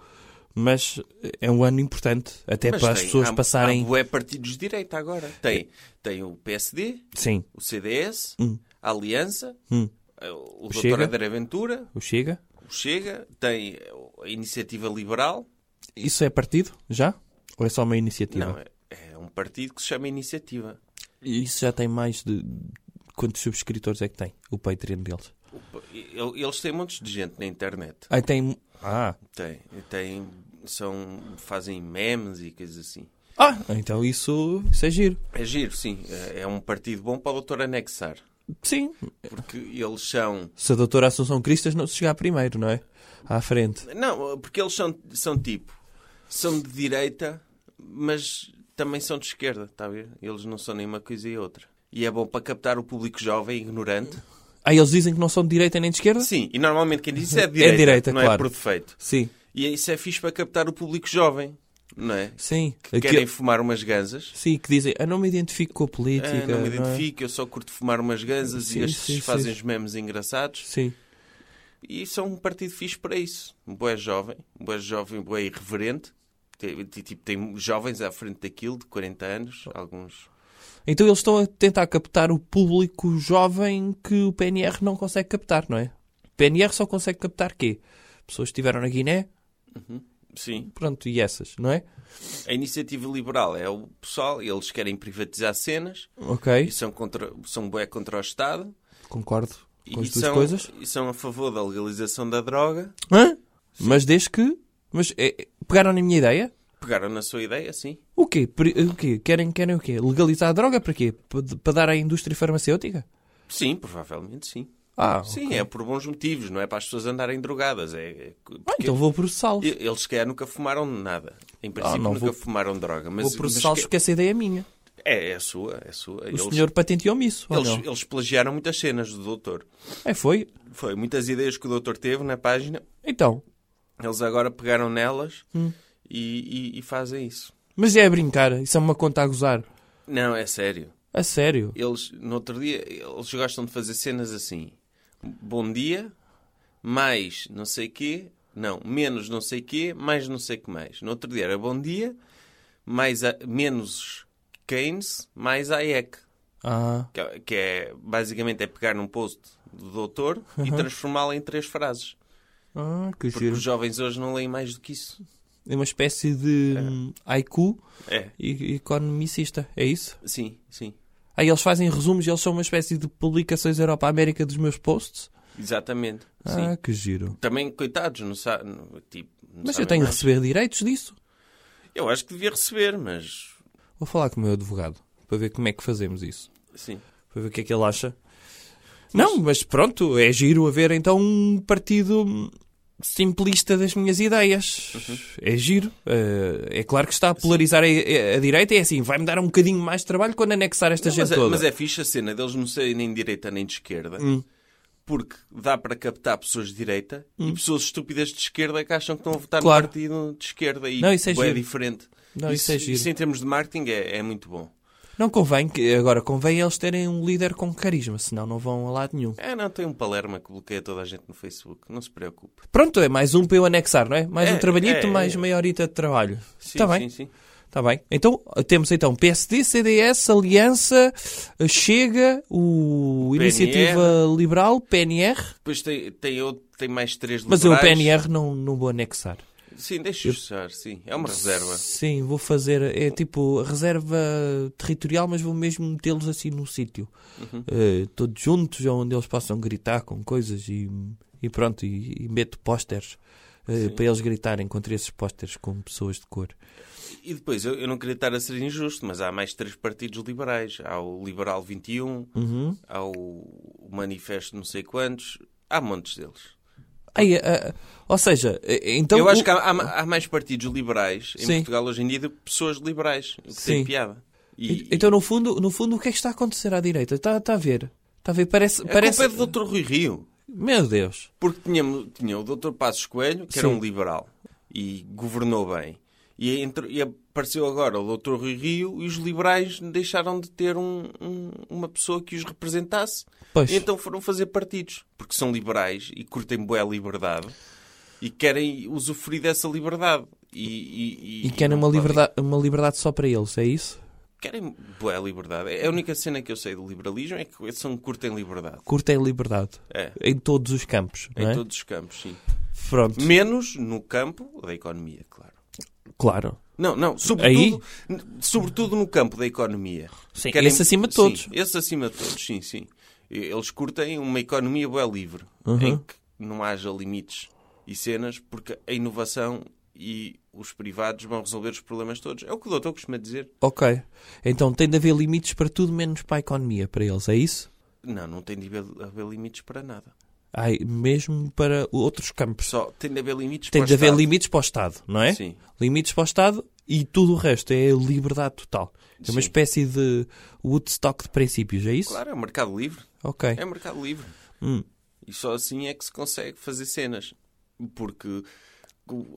C: mas é um ano importante, até
B: Mas
C: para as
B: tem-
C: pessoas
B: há-
C: passarem...
B: Há bué partidos de direita agora. Tem, tem o PSD,
C: Sim,
B: o CDS,
C: Hum.
B: a Aliança, eh,
C: Hum.
B: o, o
C: Chega.
B: Dr. André Ventura,
C: o Chega.
B: o Chega, tem a Iniciativa Liberal.
C: Isso é partido, já? Ou é só uma iniciativa?
B: Não, é, é um partido que se chama Iniciativa.
C: E Isso já tem mais de... Quantos subscritores é que tem o Patreon deles?
B: O- e- Eles têm montes de gente na internet.
C: Ah, tem... Ah,
B: Tem, tem, são, fazem memes e coisas assim.
C: ah então isso, isso é giro.
B: É giro, sim. É é um partido bom para o doutor anexar.
C: Sim,
B: Porque eles são
C: se a doutora Assunção Cristas não se chegar primeiro, não é? À frente.
B: Não, porque eles são, são tipo, são de direita, mas também são de esquerda, está a ver? Eles não são nenhuma coisa e outra. E é bom para captar o público jovem e ignorante.
C: [LAUGHS] Ah, eles dizem que não são de direita nem de esquerda?
B: Sim, e normalmente quem diz isso é de
C: É de
B: direita,
C: direita,
B: não é
C: claro.
B: por defeito.
C: Sim.
B: E isso é fixe para captar o público jovem, não é?
C: Sim.
B: Que
C: Aquele-
B: querem fumar umas ganzas.
C: Sim, que dizem, eu não me identifico com a política.
B: Ah, não me
C: é?
B: identifico, eu só curto fumar umas ganzas
C: Sim,
B: e estes
C: sim, sim.
B: fazem os memes engraçados.
C: Sim.
B: E são um partido fixe para isso. Um boé jovem, um boé jovem, um boé irreverente. Tem, tem- tipo, tem jovens à frente daquilo, de 40 anos, alguns.
C: Então eles estão a tentar captar o público jovem que o PNR não consegue captar, não é? O PNR só consegue captar quê? Pessoas que estiveram na Guiné,
B: Sim.
C: pronto, e essas, não é?
B: A iniciativa liberal é o pessoal, eles querem privatizar cenas e
C: Ok,
B: são, contra, são bué contra o Estado.
C: concordo com
B: e,
C: as duas
B: são,
C: coisas.
B: e são a favor da legalização da droga.
C: Hã? Mas desde que... Mas é, é, pegaram na minha ideia?
B: Pegaram na sua ideia, sim.
C: O quê? Pre- O quê? Querem, querem o quê? Legalizar a droga para quê? Pa- de- Para dar à indústria farmacêutica?
B: Sim, provavelmente sim.
C: Ah,
B: Sim,
C: ok.
B: é por bons motivos, não é para as pessoas andarem drogadas. É, é-
C: Ah,
B: porque-
C: então vou processá-los.
B: E- Eles sequer nunca fumaram nada. Em princípio
C: não,
B: nunca
C: vou-
B: fumaram droga. Mas,
C: Vou processá-los
B: mas que-
C: porque essa ideia é minha.
B: É, é a sua, é a sua.
C: O
B: Eles,
C: senhor patenteou-me isso. ou
B: eles,
C: não?
B: eles plagiaram muitas cenas do doutor.
C: É, foi.
B: Foi muitas ideias que o doutor teve na página.
C: Então.
B: Eles agora pegaram nelas
C: Hum.
B: e, e- e fazem isso.
C: Mas é a brincar. Isso é uma conta a gozar.
B: Não, é sério.
C: A sério.
B: Eles, no outro dia, eles gostam de fazer cenas assim. Bom dia, mais não sei quê, não, menos não sei quê, mais não sei que mais. No outro dia era bom dia, mais a- menos Keynes, mais Hayek.
C: Ah,
B: Que é- Que é, basicamente, é pegar num post do doutor
C: Uhum.
B: e transformá-lo em três frases.
C: ah que
B: Porque
C: giro.
B: os jovens hoje não leem mais do que isso.
C: É uma espécie de hum, haiku
B: É,
C: e economicista. É isso?
B: sim, sim.
C: Aí eles fazem resumos. Eles são uma espécie de publicações Europa-América dos meus posts.
B: Exatamente. Sim.
C: Ah, que giro.
B: Também, coitados, não sa- não- tipo, não
C: Mas eu
B: sabem
C: tenho que
B: mais.
C: receber direitos disso.
B: Eu acho que devia receber, mas...
C: Vou falar com o meu advogado para ver como é que fazemos isso.
B: Sim.
C: Para ver o que é que ele acha. Não, mas pronto, é giro haver então um partido simplista das minhas ideias. É giro. Eh, é claro que está a polarizar a, a- a direita. É assim, vai-me dar um bocadinho mais de trabalho quando anexar esta
B: Não,
C: gente
B: mas, é,
C: toda. Hum.
B: mas é fixe a cena deles não serem nem de direita nem de esquerda. Porque dá para captar pessoas de direita e pessoas estúpidas de esquerda que acham que estão a votar
C: Hum. Claro.
B: no partido de esquerda e
C: Não, isso é
B: bué
C: giro.
B: diferente.
C: Não, isso é giro.
B: em termos de marketing é, é muito bom.
C: Não convém que agora convém eles terem um líder com carisma, senão não vão a lado nenhum.
B: É, não, tem um palerma que bloqueia toda a gente no Facebook. Não se preocupe.
C: Pronto, é mais um para eu anexar, não é? Mais
B: É,
C: um trabalhito,
B: é, é.
C: mais meia horita de trabalho.
B: Sim,
C: Está Tá bem,
B: sim, sim.
C: está bem. Então temos então PSD, CDS, Aliança, eh, Chega, o
B: PNR.
C: Iniciativa Liberal, PNR.
B: Depois tem, tem, outro, tem mais três
C: Mas eu o
B: liberais.
C: PNR não, não vou anexar.
B: Sim, deixa eu usar, sim. É uma reserva.
C: Sim, vou fazer. É tipo reserva territorial, mas vou mesmo metê-los assim num sítio.
B: Uhum.
C: Eh, todos juntos, onde eles possam gritar com coisas e, e pronto. E, e meto pósteres eh, para eles gritarem contra esses pósteres com pessoas de cor.
B: E depois, eu, eu não queria estar a ser injusto, mas há mais três partidos liberais. Há o Liberal 21,
C: Uhum.
B: há o Manifesto não sei quantos. Há montes deles.
C: Ai, ah, ah, ou seja, eh, então.
B: eu acho
C: o-
B: que há, há- há mais partidos liberais em
C: Sim.
B: Portugal hoje em dia do que pessoas liberais. O que
C: Sim.
B: tem piada. E,
C: Então, no fundo, no fundo, o que é que está a acontecer à direita? Está, está a ver? Está a ver? Parece.
B: a
C: parece...
B: culpa é do Dr. Rui Rio.
C: Meu Deus.
B: Porque tínhamos, tinha o Dr. Passos Coelho, que era
C: Sim.
B: um liberal e governou bem. E, entrou- e apareceu agora o Dr. Rui Rio e os liberais deixaram de ter um- um- uma pessoa que os representasse.
C: Pois.
B: E então foram fazer partidos, porque são liberais e curtem boa liberdade e querem usufruir dessa liberdade. E, e- e-
C: E querem
B: não
C: uma
B: podem.
C: liberdade, uma liberdade só para eles, é isso?
B: Querem boa liberdade. É a única cena que eu sei do liberalismo é que são curtem liberdade.
C: Curtem liberdade.
B: É,
C: Em todos os campos,
B: em
C: não é?
B: todos os campos, sim.
C: Pronto,
B: Menos no campo da economia, claro.
C: claro.
B: Não, não, sobretudo, n- sobretudo no campo da economia.
C: Sim, esse acima de todos.
B: Sim, esse acima de todos, sim, sim. E- Eles curtem uma economia bem livre,
C: Uhum.
B: em que não haja limites e cenas, porque a inovação e os privados vão resolver os problemas todos. É o que o doutor costuma dizer.
C: Ok. Então tem de haver limites para tudo menos para a economia, para eles, é isso?
B: Não, não tem de haver, haver limites para nada.
C: Ai, mesmo para outros campos.
B: Só tem de haver limites
C: Tem
B: para
C: de
B: o
C: haver
B: Estado.
C: limites para o Estado, não é?
B: Sim.
C: Limites para o Estado e tudo o resto. É liberdade total. É uma espécie de Woodstock de princípios, é isso?
B: Claro, é o mercado livre.
C: Ok.
B: [LAUGHS] É mercado livre.
C: Hum.
B: E só assim é que se consegue fazer cenas. Porque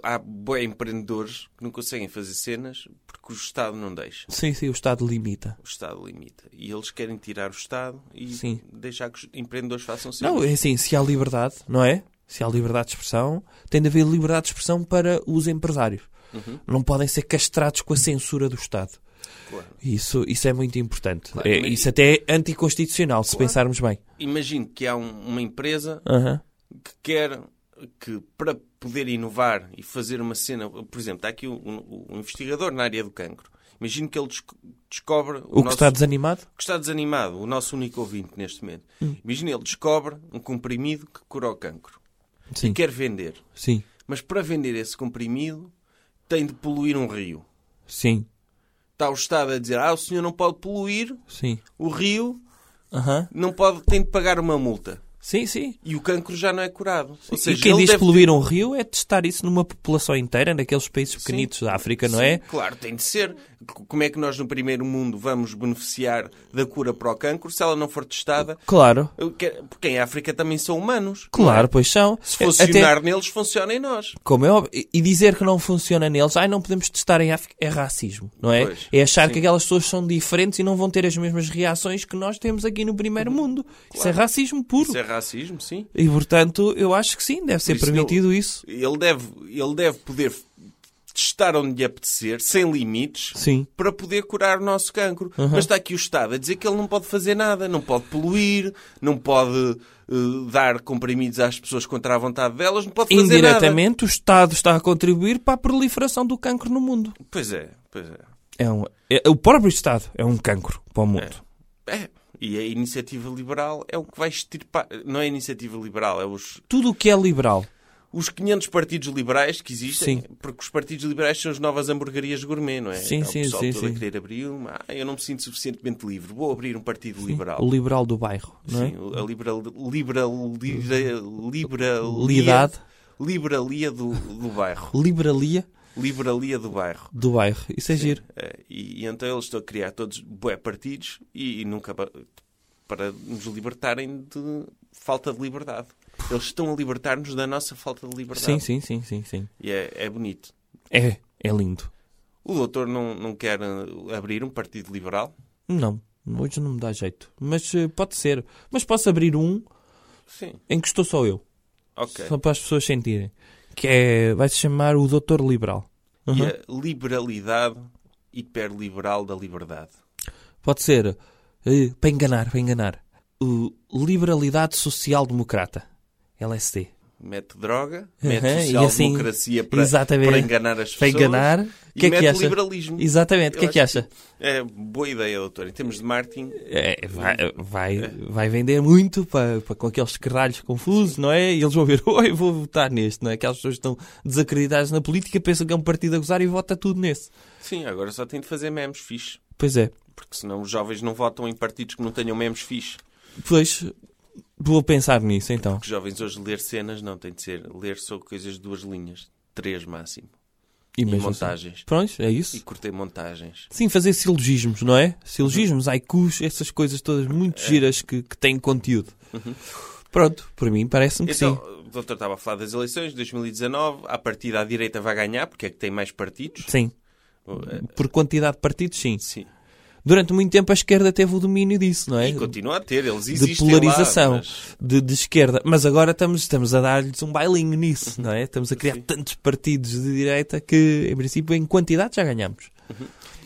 B: há bem empreendedores que não conseguem fazer cenas porque o Estado não deixa.
C: Sim, sim, o Estado limita.
B: O Estado limita. E eles querem tirar o Estado e
C: Sim.
B: deixar que os empreendedores façam cenas.
C: Não, é assim, se há liberdade, não é? Se há liberdade de expressão, tem de haver liberdade de expressão para os empresários.
B: Uhum.
C: Não podem ser castrados com a censura do Estado.
B: Claro.
C: Isso, isso é muito importante.
B: Claro,
C: É,
B: mas-
C: isso até é anticonstitucional, se pensarmos bem.
B: Imagino que há um- uma empresa
C: Aham.
B: que quer que para poder inovar e fazer uma cena, por exemplo, está aqui um, um- um investigador na área do cancro. Imagino que ele desco- descobre
C: O, que
B: nosso-
C: está desanimado?
B: que está desanimado, o nosso único ouvinte neste momento. Imagina, ele descobre um comprimido que cura o cancro
C: Sim.
B: e é- quer vender.
C: Sim.
B: Mas para vender esse comprimido tem de poluir um rio.
C: Sim.
B: Está o Estado a dizer, ah, o senhor não pode poluir
C: Sim.
B: o rio,
C: Aham.
B: não pode, tem de pagar uma multa.
C: Sim, sim.
B: E o cancro já não é curado. Ou seja,
C: e quem
B: ele
C: diz
B: deve-
C: poluir um rio é testar isso numa população inteira, naqueles países pequenitos da África, não é?
B: Sim, Claro, tem de ser. C- Como é que nós no primeiro mundo vamos beneficiar da cura para o cancro se ela não for testada?
C: Claro.
B: Eu quero- Porque em África também são humanos.
C: Claro, pois são.
B: Se
C: Até-
B: funcionar neles, funciona em nós.
C: Como é óbvio. E e dizer que não funciona neles, ai, não podemos testar em África, é racismo, não é?
B: Pois,
C: é achar que aquelas pessoas são diferentes e não vão ter as mesmas reações que nós temos aqui no primeiro mundo. Isso é racismo puro.
B: Uhum. Isso é racismo, sim.
C: E portanto, eu acho que sim, deve ser
B: isso
C: permitido isso.
B: Ele deve, ele deve poder f- testar onde lhe apetecer, sem limites,
C: Sim.
B: para poder curar o nosso cancro. Mas está aqui o Estado a dizer que ele não pode fazer nada, não pode poluir, não pode eh, dar comprimidos às pessoas contra a vontade delas, não pode fazer nada.
C: Indiretamente, o Estado está a contribuir para a proliferação do cancro no mundo.
B: Pois é, pois é.
C: É um, é- o próprio Estado é um cancro para o mundo.
B: É. E a iniciativa liberal é o que vai extirpar. Não é a iniciativa liberal, é os,
C: Tudo o que é liberal.
B: os 500 partidos liberais que existem,
C: Sim.
B: porque os partidos liberais são as novas hamburguerias gourmet, não é?
C: Sim,
B: então,
C: sim,
B: o pessoal
C: sim,
B: todo a
C: sim.
B: querer abrir uma. Ah, eu não me sinto suficientemente livre, vou abrir um partido
C: O
B: liberal.
C: liberal do bairro, não é?
B: Sim, a liberal, liberal, libera- liberalia,
C: Lidade,
B: liberalia do, do bairro. [LAUGHS]
C: liberalia
B: Liberalia do bairro. Eh,
C: do bairro. Isso é giro.
B: É, E, e então eles estão a criar todos bué partidos e, e nunca ba- para nos libertarem de falta de liberdade. Eles estão a libertar-nos da nossa falta de liberdade.
C: Sim, sim, sim, sim, sim.
B: E é, é bonito.
C: É, é lindo.
B: O doutor não, não quer eh, abrir um partido liberal?
C: Não, hoje não me dá jeito. Mas eh, pode ser. Mas posso abrir um
B: Sim.
C: em que estou só eu.
B: Ok.
C: Só para as pessoas sentirem. Que é, vai se chamar o Doutor Liberal. Uhum.
B: E a liberalidade hiperliberal da liberdade.
C: Pode ser, eh, para enganar, para enganar, o Liberalidade Social Democrata, LSD.
B: Mete droga,
C: Uhum,
B: mete
C: e
B: social-democracia
C: assim,
B: para,
C: exatamente.
B: para enganar as
C: Para
B: pessoas.
C: enganar, o
B: E
C: que é
B: mete
C: que acha?
B: liberalismo.
C: Exatamente, o
B: Eu
C: que é que
B: acho
C: acha?
B: É boa ideia, doutor. Em termos de marketing,
C: É, vai, vai, vai vender muito para, para com aqueles carralhos confusos, não é? E eles vão ver, [LAUGHS] oi, vou votar neste, não é? Aquelas pessoas que estão desacreditadas na política, pensam que é um partido a gozar e vota tudo nesse.
B: sim, agora só tem de fazer memes fixe.
C: Pois é,
B: Porque senão os jovens não votam em partidos que não tenham memes fixe.
C: pois, vou pensar nisso então.
B: Porque os jovens hoje ler cenas não tem de ser. Ler só coisas de duas linhas, três máximo. E,
C: mesmo assim.
B: montagens.
C: Pronto, é isso.
B: E cortei montagens.
C: Sim, fazer silogismos, não é? Silogismos,
B: Uhum.
C: haikus, essas coisas todas muito
B: É.
C: giras que, que têm conteúdo. Pronto, por mim parece-me que
B: Uhum. Então,
C: sim.
B: o doutor estava a falar das eleições de 2019. A partida à direita vai ganhar, porque é que tem mais partidos. é,
C: Sim, por quantidade de partidos, sim.
B: Sim.
C: Durante muito tempo a esquerda teve o domínio disso, não é?
B: E continua a ter, eles
C: de
B: existem. lá,
C: polarização
B: mas-
C: de, de esquerda. Mas agora estamos, estamos a dar-lhes um bailinho nisso, não é? Estamos a criar tantos partidos de direita que, em princípio, em quantidade já ganhamos.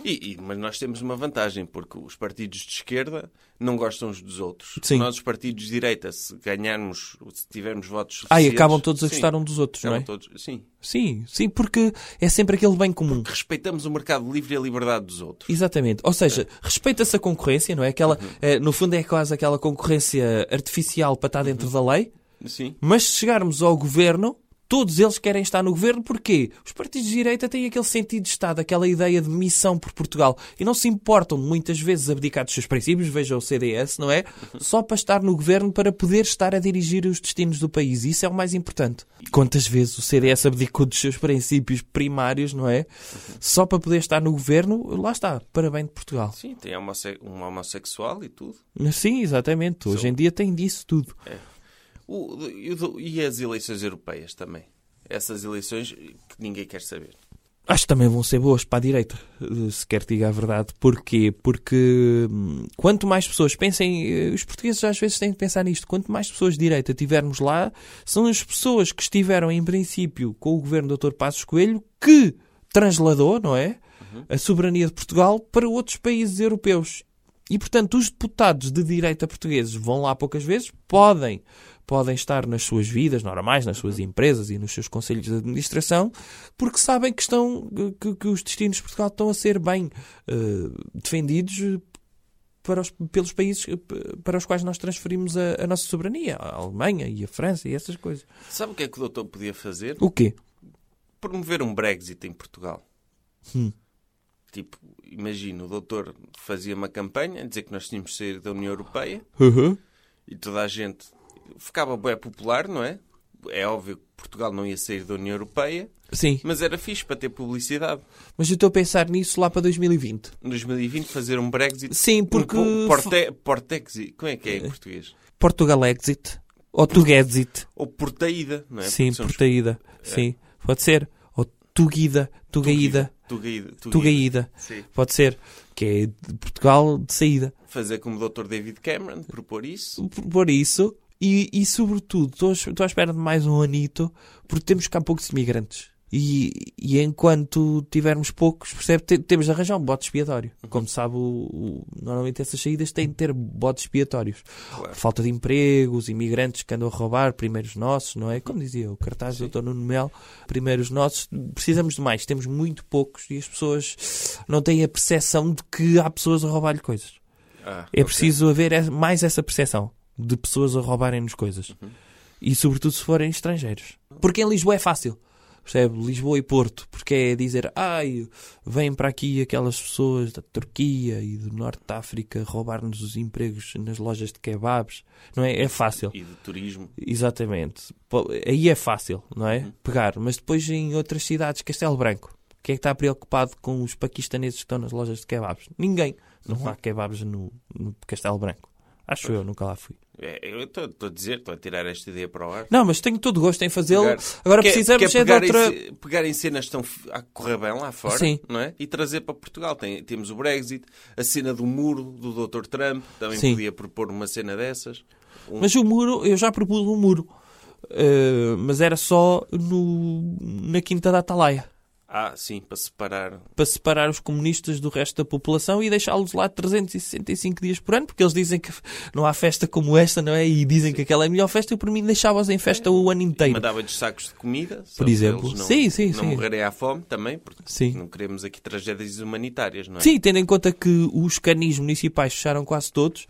B: E- e- mas nós temos uma vantagem, porque os partidos de esquerda não gostam uns dos outros.
C: Sim.
B: Nós, os partidos de direita, se ganharmos, se tivermos votos
C: Ah, e
B: suficientes-
C: acabam todos a
B: Sim,
C: gostar um dos outros, não
B: acabam
C: é?
B: todos- Sim.
C: Sim, sim, porque é sempre aquele bem comum.
B: Respeitamos o mercado livre e a liberdade dos outros.
C: Exatamente. Ou seja, respeita-se a concorrência, não é? Aquela,
B: Uhum.
C: eh, no fundo é quase aquela concorrência artificial para estar
B: Uhum.
C: dentro da lei,
B: Sim.
C: mas se chegarmos ao governo, todos eles querem estar no governo porque os partidos de direita têm aquele sentido de Estado, aquela ideia de missão por Portugal e não se importam de muitas vezes abdicar dos seus princípios, veja o CDS, não é? Só para estar no governo para poder estar a dirigir os destinos do país. Isso é o mais importante. Quantas vezes o CDS abdicou dos seus princípios primários, não é? Só para poder estar no governo, lá está, parabéns de Portugal.
B: Sim, tem homosse- um homossexual e tudo.
C: Sim, exatamente. Hoje em dia tem disso tudo.
B: O- e o- e as eleições europeias também. Essas eleições que ninguém quer saber.
C: Acho que também vão ser boas para a direita, eh, se quer diga a verdade. Porquê? Porque hum, quanto mais pessoas pensem, eh, os portugueses às vezes têm de pensar nisto, quanto mais pessoas de direita tivermos lá, são as pessoas que estiveram em princípio com o governo do Dr. Passos Coelho que transladou, não é? A soberania de Portugal para outros países europeus. E, portanto, os deputados de direita portugueses vão lá poucas vezes, podem, podem estar nas suas vidas normais, nas suas empresas e nos seus conselhos de administração, porque sabem que, estão, que, que os destinos de Portugal estão a ser bem eh, defendidos eh, para os- pelos países eh, p- para os quais nós transferimos a, a nossa soberania, a Alemanha e a França e essas coisas.
B: Sabe o que é que o doutor podia fazer?
C: O quê?
B: Promover um Brexit em Portugal.
C: Hum.
B: Tipo, imagina, o doutor fazia uma campanha a dizer que nós tínhamos de sair da União Europeia
C: Uhum.
B: e toda a gente ficava bem popular, não é? É óbvio que Portugal não ia sair da União Europeia,
C: Sim,
B: mas era fixe para ter publicidade.
C: mas eu estou a pensar nisso lá para 2020.
B: Em 2020 fazer um Brexit.
C: Sim, porque
B: Um po- porte, portexi. Como é que é em português?
C: Portugal exit ou Tuguexit.
B: Ou porteída, não é?
C: Sim,
B: Porque são os- É.
C: portaída. Sim, pode ser. Ou tuguida, tugaída,
B: Tugaída. Tugaída.
C: tugaída.
B: Sim.
C: Pode ser. Que é de Portugal de saída.
B: Fazer como o Dr. David Cameron, propor isso.
C: Por isso, e, e sobretudo, estou à es- estou à espera de mais um anito, porque temos cá poucos imigrantes. E, e enquanto tivermos poucos, percebe, te- temos de arranjar um bote expiatório. Como sabe, o- o- normalmente essas saídas têm de ter botes expiatórios.
B: Claro.
C: Falta de empregos, imigrantes que andam a roubar, primeiros nossos, não é? Como dizia o cartaz do Dr. Nuno Mel, primeiros nossos, precisamos de mais, temos muito poucos e as pessoas não têm a percepção de que há pessoas a roubar-lhe coisas.
B: Ah,
C: É
B: ok.
C: preciso haver e- mais essa percepção de pessoas a roubarem-nos coisas. E sobretudo se forem estrangeiros. Porque em Lisboa é fácil. Percebe? Lisboa e Porto. Porque é dizer, ai, vêm para aqui aquelas pessoas da Turquia e do Norte de África roubar-nos os empregos nas lojas de kebabs. Não é? É fácil.
B: E do turismo.
C: Exatamente. Po- Aí é fácil, não
B: Uhum.
C: é? Pegar. Mas depois em outras cidades, Castelo Branco, quem é que está preocupado com
B: Uhum.
C: os paquistaneses que estão nas lojas de kebabs? Ninguém. Não há kebabs no, no Castelo Branco. Acho eu, nunca lá fui.
B: É, eu estou a dizer, estou a tirar esta ideia para o ar.
C: Não, mas tenho todo gosto em fazê-lo.
B: Pegar-
C: Agora
B: Porque é-
C: precisamos
B: porque é
C: é de
B: pegar em
C: outra.
B: ce- pegar em cenas tão f- a correr bem lá fora
C: Sim.
B: não é? e trazer para Portugal. Tem- temos o Brexit, a cena do muro do Dr. Trump, também
C: Sim.
B: podia propor uma cena dessas.
C: Mas o muro, eu já propus um muro. Eh, mas era só no, na Quinta da Atalaia.
B: Ah, sim, para separar.
C: Para separar os comunistas do resto da população e deixá-los lá 365 dias por ano, porque eles dizem que [LAUGHS] não há festa como esta, não é? E dizem que aquela é a melhor festa. Eu, por mim, deixava-os em festa o ano inteiro.
B: Mandava-lhes sacos de comida.
C: Por
B: só para
C: exemplo.
B: eles Não,
C: Sim, sim,
B: não
C: sim.
B: morrerem à fome também, porque
C: Sim.
B: não queremos aqui tragédias humanitárias, não é?
C: Sim, tendo em conta que os canis municipais fecharam quase todos,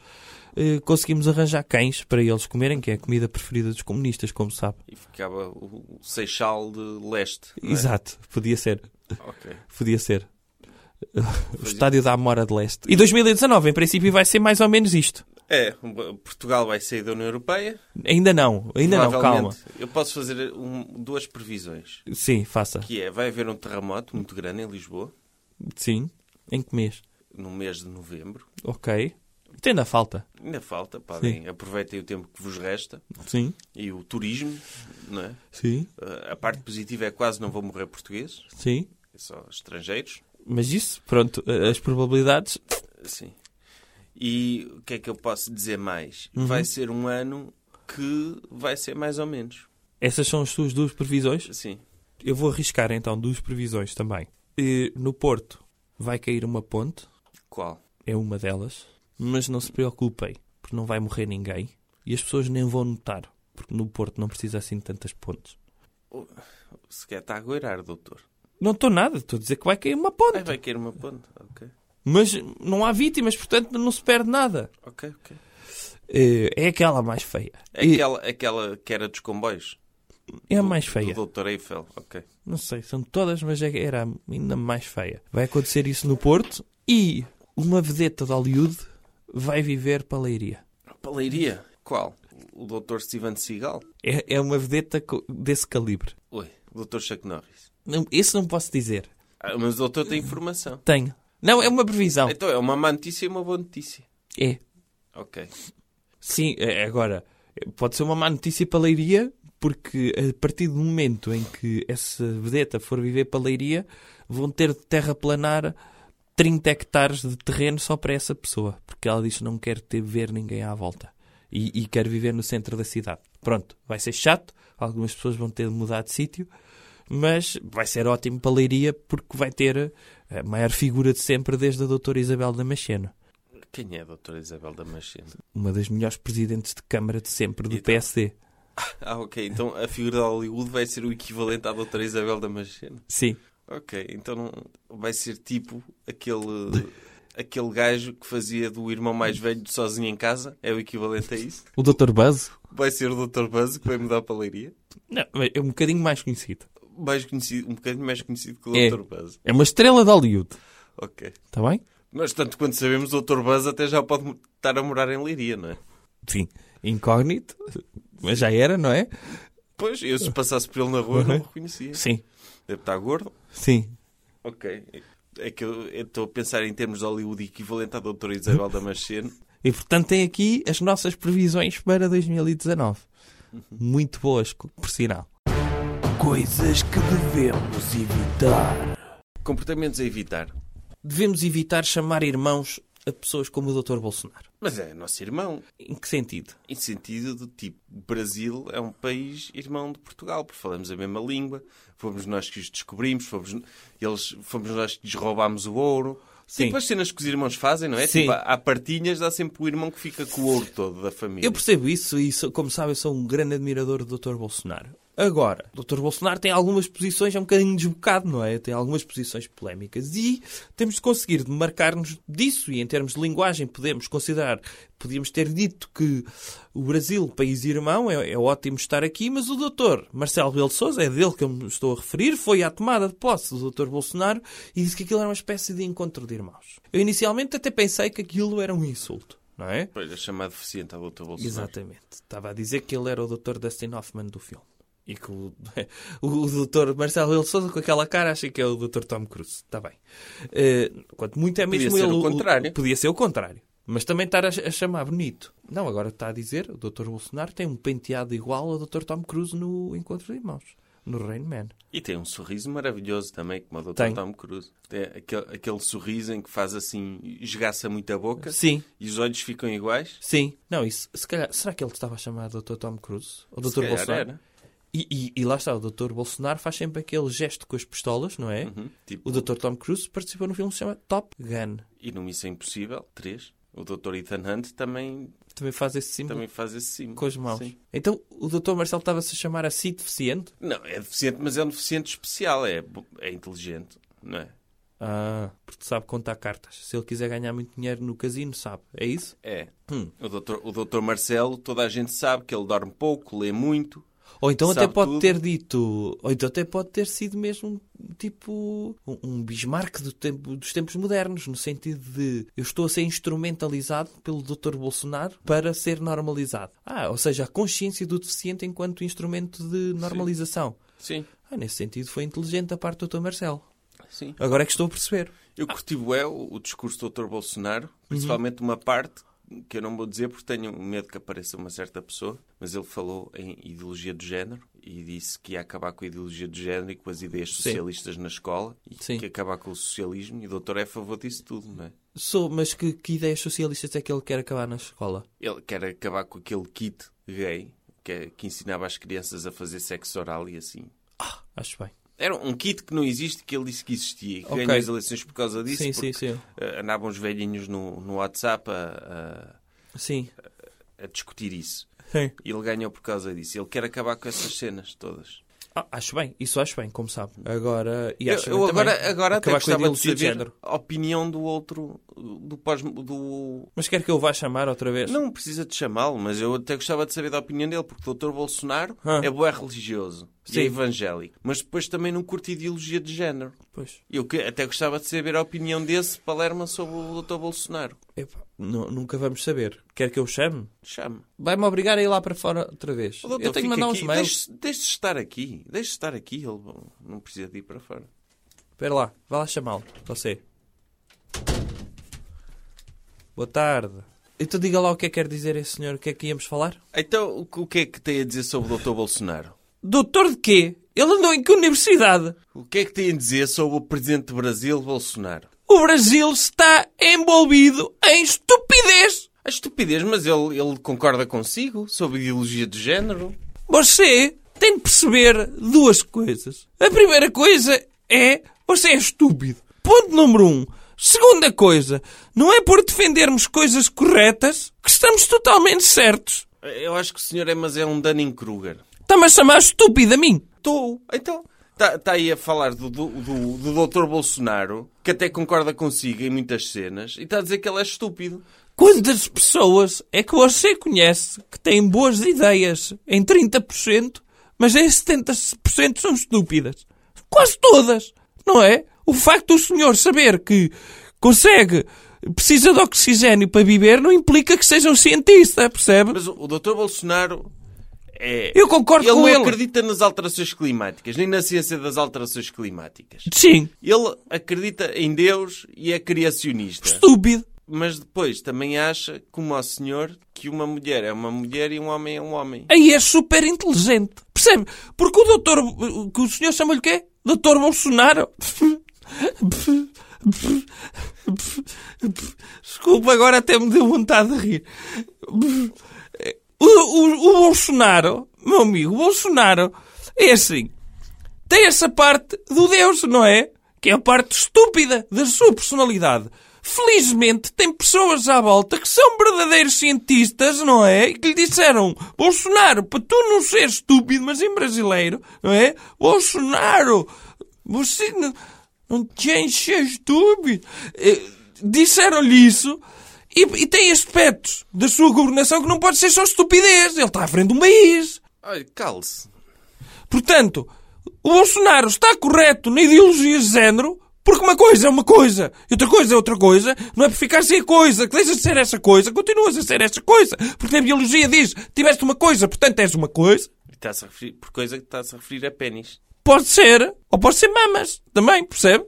C: eh, conseguimos arranjar cães para eles comerem, que é a comida preferida dos comunistas, como sabe.
B: E ficava o o Seixal de Leste. não é?
C: Exato, podia ser.
B: Ok.
C: Podia ser. O estádio da Amora de Leste. E 2019, em princípio, vai ser mais ou menos isto.
B: É, Portugal vai sair da União Europeia.
C: Ainda não, ainda não, calma.
B: Provavelmente. Eu posso fazer um- duas previsões.
C: Sim, faça.
B: Que é, vai haver um terremoto muito grande em Lisboa,
C: Sim. Em que mês?
B: no mês de novembro.
C: Ok. Tendo a falta.
B: Ainda falta, podem, aproveitem o tempo que vos resta.
C: Sim.
B: E o turismo, não é?
C: Sim.
B: Eh, A parte positiva é quase não vão morrer portugueses,
C: Sim.
B: é só estrangeiros.
C: Mas isso, pronto, eh, as probabilidades.
B: Sim. E o que é que eu posso dizer mais?
C: Uhum.
B: Vai ser um ano que vai ser mais ou menos.
C: Essas são as suas duas previsões?
B: Sim.
C: Eu vou arriscar então duas previsões também. Eh, no Porto vai cair uma ponte,
B: Qual?
C: é uma delas, mas não se preocupem, porque não vai morrer ninguém e as pessoas nem vão notar, porque no Porto não precisa assim de tantas pontes.
B: Se quer está a goirar, doutor.
C: Não estou nada, estou a dizer que vai cair uma ponte,
B: Ai, vai cair uma ponte. Ok.
C: mas não há vítimas, portanto não se perde nada.
B: Ok, ok.
C: Eh, é aquela mais feia.
B: É
C: E-
B: Aquela, aquela que era dos comboios?
C: é a
B: Do-
C: mais feia.
B: Do doutor Eiffel. Ok.
C: Não sei, são todas, mas é- era ainda mais feia. Vai acontecer isso no Porto e uma vedeta de Hollywood vai viver para a Leiria.
B: Paleiria? Qual? O doutor Steven Seagal?
C: É, é uma vedeta co- desse calibre.
B: Oi, o doutor Chuck Norris.
C: Não, esse não posso dizer.
B: Ah, mas o doutor tem informação.
C: Tenho. Não, é uma previsão.
B: Então é uma má notícia e uma boa notícia.
C: É.
B: Ok.
C: Sim, é, agora, é, pode ser uma má notícia para a Leiria, porque a partir do momento em que essa vedeta for viver para a Leiria, vão ter de terraplanar 30 hectares de terreno só para essa pessoa. Porque ela diz que não quer ter ver ninguém à volta. E, e quer viver no centro da cidade. Pronto, vai ser chato. Algumas pessoas vão ter de mudar de sítio. Mas vai ser ótimo para a Leiria, porque vai ter a maior figura de sempre desde a doutora Isabel da Damasceno
B: Quem é a doutora Isabel Damasceno?
C: uma das melhores presidentes de Câmara de sempre do
B: Então.
C: PSD.
B: Ah, ok. Então a figura de Hollywood vai ser o equivalente à doutora Isabel Damasceno.
C: Sim.
B: Ok. Então não- vai ser tipo aquele... Aquele gajo que fazia do irmão mais velho de sozinho em casa é o equivalente a isso?
C: O Dr. Buzz?
B: Vai ser o Dr. Buzz que vai mudar para a Leiria?
C: Não, é um bocadinho mais conhecido.
B: mais conhecido, um bocadinho mais conhecido que o
C: É.
B: Dr. Buzz.
C: É uma estrela de Hollywood,
B: Ok.
C: está Tá bem?
B: Mas tanto quanto sabemos, o Dr. Buzz até já pode mo- estar a morar em Leiria, não é?
C: Sim. Incógnito, mas já era, não é?
B: Pois, eu se passasse por ele na rua não o
C: Uhum.
B: reconhecia.
C: Sim.
B: Deve estar gordo.
C: Sim.
B: Ok. É que eu eu estou a pensar em termos de Hollywood equivalente à doutora Isabel Damasceno.
C: E portanto tem aqui as nossas previsões para 2019. Muito boas, co- por sinal.
A: Coisas que devemos evitar.
B: Comportamentos a evitar.
C: Devemos evitar chamar irmãos a pessoas como o Dr. Bolsonaro.
B: Mas é nosso irmão.
C: Em que sentido?
B: Em sentido do tipo, o Brasil é um país irmão de Portugal, porque falamos a mesma língua, fomos nós que os descobrimos, fomos, eles, fomos nós que lhes roubámos o ouro.
C: Sim.
B: Tipo as cenas que os irmãos fazem, não é?
C: Sim.
B: Tipo, há- há partinhas, há sempre o irmão que fica com o ouro todo da família.
C: Eu percebo isso e, sou- como sabe, eu sou um grande admirador do Dr. Bolsonaro. Agora, o Dr. Bolsonaro tem algumas posições, é um bocadinho desbocado, não é? Tem algumas posições polémicas e temos de conseguir demarcar-nos disso e, em termos de linguagem, podemos considerar, podíamos ter dito que o Brasil, país irmão, é, é ótimo estar aqui, mas o Dr. Marcelo Rebelo de Sousa, é dele que eu me estou a referir, foi à tomada de posse do Dr. Bolsonaro e disse que aquilo era uma espécie de encontro de irmãos. Eu, inicialmente, até pensei que aquilo era um insulto, não é?
B: Pois, é chamado deficiente ao doutor Bolsonaro.
C: Exatamente. Estava a dizer que ele era o Dr. Dustin Hoffman do filme. E que o, [LAUGHS] o Dr. Marcelo Rebelo de Sousa com aquela cara acha que é o Dr. Tom Cruise. Está bem. Eh, quanto muito é
B: Podia
C: mesmo
B: ser
C: ele
B: o contrário.
C: podia ser o contrário. Mas também estar a, a chamar bonito. Não, agora está a dizer, o Dr. Bolsonaro tem um penteado igual ao Dr. Tom Cruise no Encontro de Irmãos, no Rain Man.
B: E tem um sorriso maravilhoso também, como o Dr.
C: Tem.
B: Tom Cruise. Tem aquele, aquele sorriso em que faz assim, esgaça muito a boca
C: Sim,
B: e os olhos ficam iguais.
C: sim. Não, isso, se calhar, será que ele estava a chamar Dr. Tom Cruise? Ou
B: Se
C: Dr.
B: calhar
C: Bolsonaro?
B: era.
C: E, e- e lá está, o Dr. Bolsonaro faz sempre aquele gesto com as pistolas, não é?
B: Uhum. Tipo,
C: O Dr. Tom Cruise participou num filme que se chama Top Gun.
B: E no Missão Impossível, 3, o Dr. Ethan Hunt também,
C: Também faz esse símbolo
B: também faz esse símbolo.
C: com as mãos.
B: Sim.
C: Então o Dr. Marcelo estava-se a chamar a si deficiente?
B: Não, é deficiente, mas é um deficiente especial. É, bo- é inteligente, não é?
C: Ah, porque sabe contar cartas. Se ele quiser ganhar muito dinheiro no casino, sabe. É isso?
B: É.
C: Hum.
B: O, doutor, o doutor Marcelo, toda a gente sabe que ele dorme pouco, lê muito.
C: Ou então
B: Sabe
C: até pode
B: tudo.
C: ter dito, ou então até pode ter sido mesmo um tipo um, um Bismarck do tempo- dos tempos modernos, no sentido de eu estou a ser instrumentalizado pelo Dr. Bolsonaro para ser normalizado. Ah, ou seja, a consciência do deficiente enquanto instrumento de normalização.
B: Sim,
C: Ah, nesse sentido foi inteligente a parte do Dr. Marcelo.
B: sim.
C: Agora é que estou a perceber.
B: Eu curti bué o, o discurso do doutor Bolsonaro, principalmente uma parte que eu não vou dizer porque tenho medo que apareça uma certa pessoa, mas ele falou em ideologia do género e disse que ia acabar com a ideologia do género e com as ideias socialistas na escola e
C: Sim.
B: que ia acabar com o socialismo e o doutor é a favor disso tudo, não é?
C: Sou, mas que, que ideias socialistas é que ele quer acabar na escola?
B: Ele quer acabar com aquele kit gay que, é- que ensinava as crianças a fazer sexo oral e assim.
C: Acho bem.
B: Era um kit que não existe, que ele disse que existia. e Que
C: Ok.
B: ganhou as eleições por causa disso.
C: sim,
B: porque,
C: sim, sim.
B: eh, andavam os velhinhos no, no WhatsApp a,
C: Sim.
B: a- a discutir isso.
C: Sim.
B: E ele ganhou por causa disso. Ele quer acabar com essas cenas todas.
C: Ah, acho bem, isso acho bem, como sabe. Agora, e
B: Eu,
C: acho
B: eu
C: bem também
B: agora, agora até
C: acabar com a
B: gostava de
C: ideologia de
B: saber
C: género.
B: a opinião do outro, do pós... Do...
C: Mas quer que eu vá chamar outra vez?
B: Não precisa de chamá-lo, mas eu até gostava de saber da opinião dele, porque o doutor Bolsonaro
C: Ah.
B: é boé religioso e
C: Sim.
B: é evangélico. Mas depois também não curte ideologia de género.
C: Pois.
B: Eu que- até gostava de saber a opinião desse Palerma sobre o doutor Bolsonaro.
C: Epá, nu- nunca vamos saber. Quer que eu chame?
B: Chame.
C: Vai-me obrigar a ir lá para fora outra vez.
B: O doutor
C: eu tenho que
B: fica
C: mandar um uns
B: aqui.
C: mails.
B: Deixe, deixe de estar aqui. Deixe de estar aqui. Ele não precisa de ir para fora.
C: Espera lá, vá lá chamá-lo. Você. Boa tarde. Então diga lá o que é que quer dizer esse senhor, o que é que íamos falar?
B: Então, o que- o que é que tem a dizer sobre o doutor Bolsonaro?
C: Doutor de quê? Ele andou em que universidade?
B: O que é que tem a dizer sobre o presidente do Brasil, Bolsonaro?
C: O Brasil está envolvido em estupidez.
B: A estupidez, mas ele, ele concorda consigo sobre ideologia de género?
C: Você tem de perceber duas coisas. A primeira coisa é você é estúpido. Ponto número um. Segunda coisa, não é por defendermos coisas corretas que estamos totalmente certos.
B: Eu acho que o senhor é, mas é um Dunning-Kruger.
C: Está-me a chamar estúpido a mim.
B: Estou. Então, está aí a falar do, do, do, do doutor Bolsonaro, que até concorda consigo em muitas cenas, e está a dizer que ele é estúpido.
C: Quantas pessoas é que você conhece que têm boas ideias em 30%, mas em 70% são estúpidas? Quase todas, não é? O facto do senhor saber que consegue, precisa de oxigênio para viver, não implica que seja um cientista, percebe?
B: Mas o, o doutor Bolsonaro é...
C: Eu concordo
B: ele
C: com
B: não
C: ele.
B: acredita nas alterações climáticas, nem na ciência das alterações climáticas.
C: Sim,
B: Ele acredita em Deus e é criacionista.
C: estúpido.
B: Mas depois também acha, como ao senhor, que uma mulher é uma mulher e um homem é um homem.
C: Aí é super inteligente, percebe? Porque o doutor, que o senhor chama-lhe o quê? Doutor Bolsonaro. Desculpa, agora até me deu vontade de rir. O, o- o Bolsonaro, meu amigo, o Bolsonaro é assim. Tem essa parte do Deus, não é? Que é a parte estúpida da sua personalidade. Felizmente tem pessoas à volta que são verdadeiros cientistas, não é? E que lhe disseram, Bolsonaro, para tu não seres estúpido, mas em brasileiro, não é? Bolsonaro, você não, não tens de ser estúpido. Eh, Disseram-lhe isso e, e tem aspectos da sua governação que não pode ser só estupidez. Ele está à frente de um país.
B: Olha, cale-se.
C: Portanto, o Bolsonaro está correto na ideologia de género, porque uma coisa é uma coisa, e outra coisa é outra coisa, não é por ficar sem a coisa, que deixas de ser essa coisa, continuas a ser essa coisa, porque na biologia diz, tiveste uma coisa, portanto és uma coisa,
B: Está-se a referir, por coisa que está-se a referir a pênis.
C: pode ser, ou pode ser mamas, também, percebe?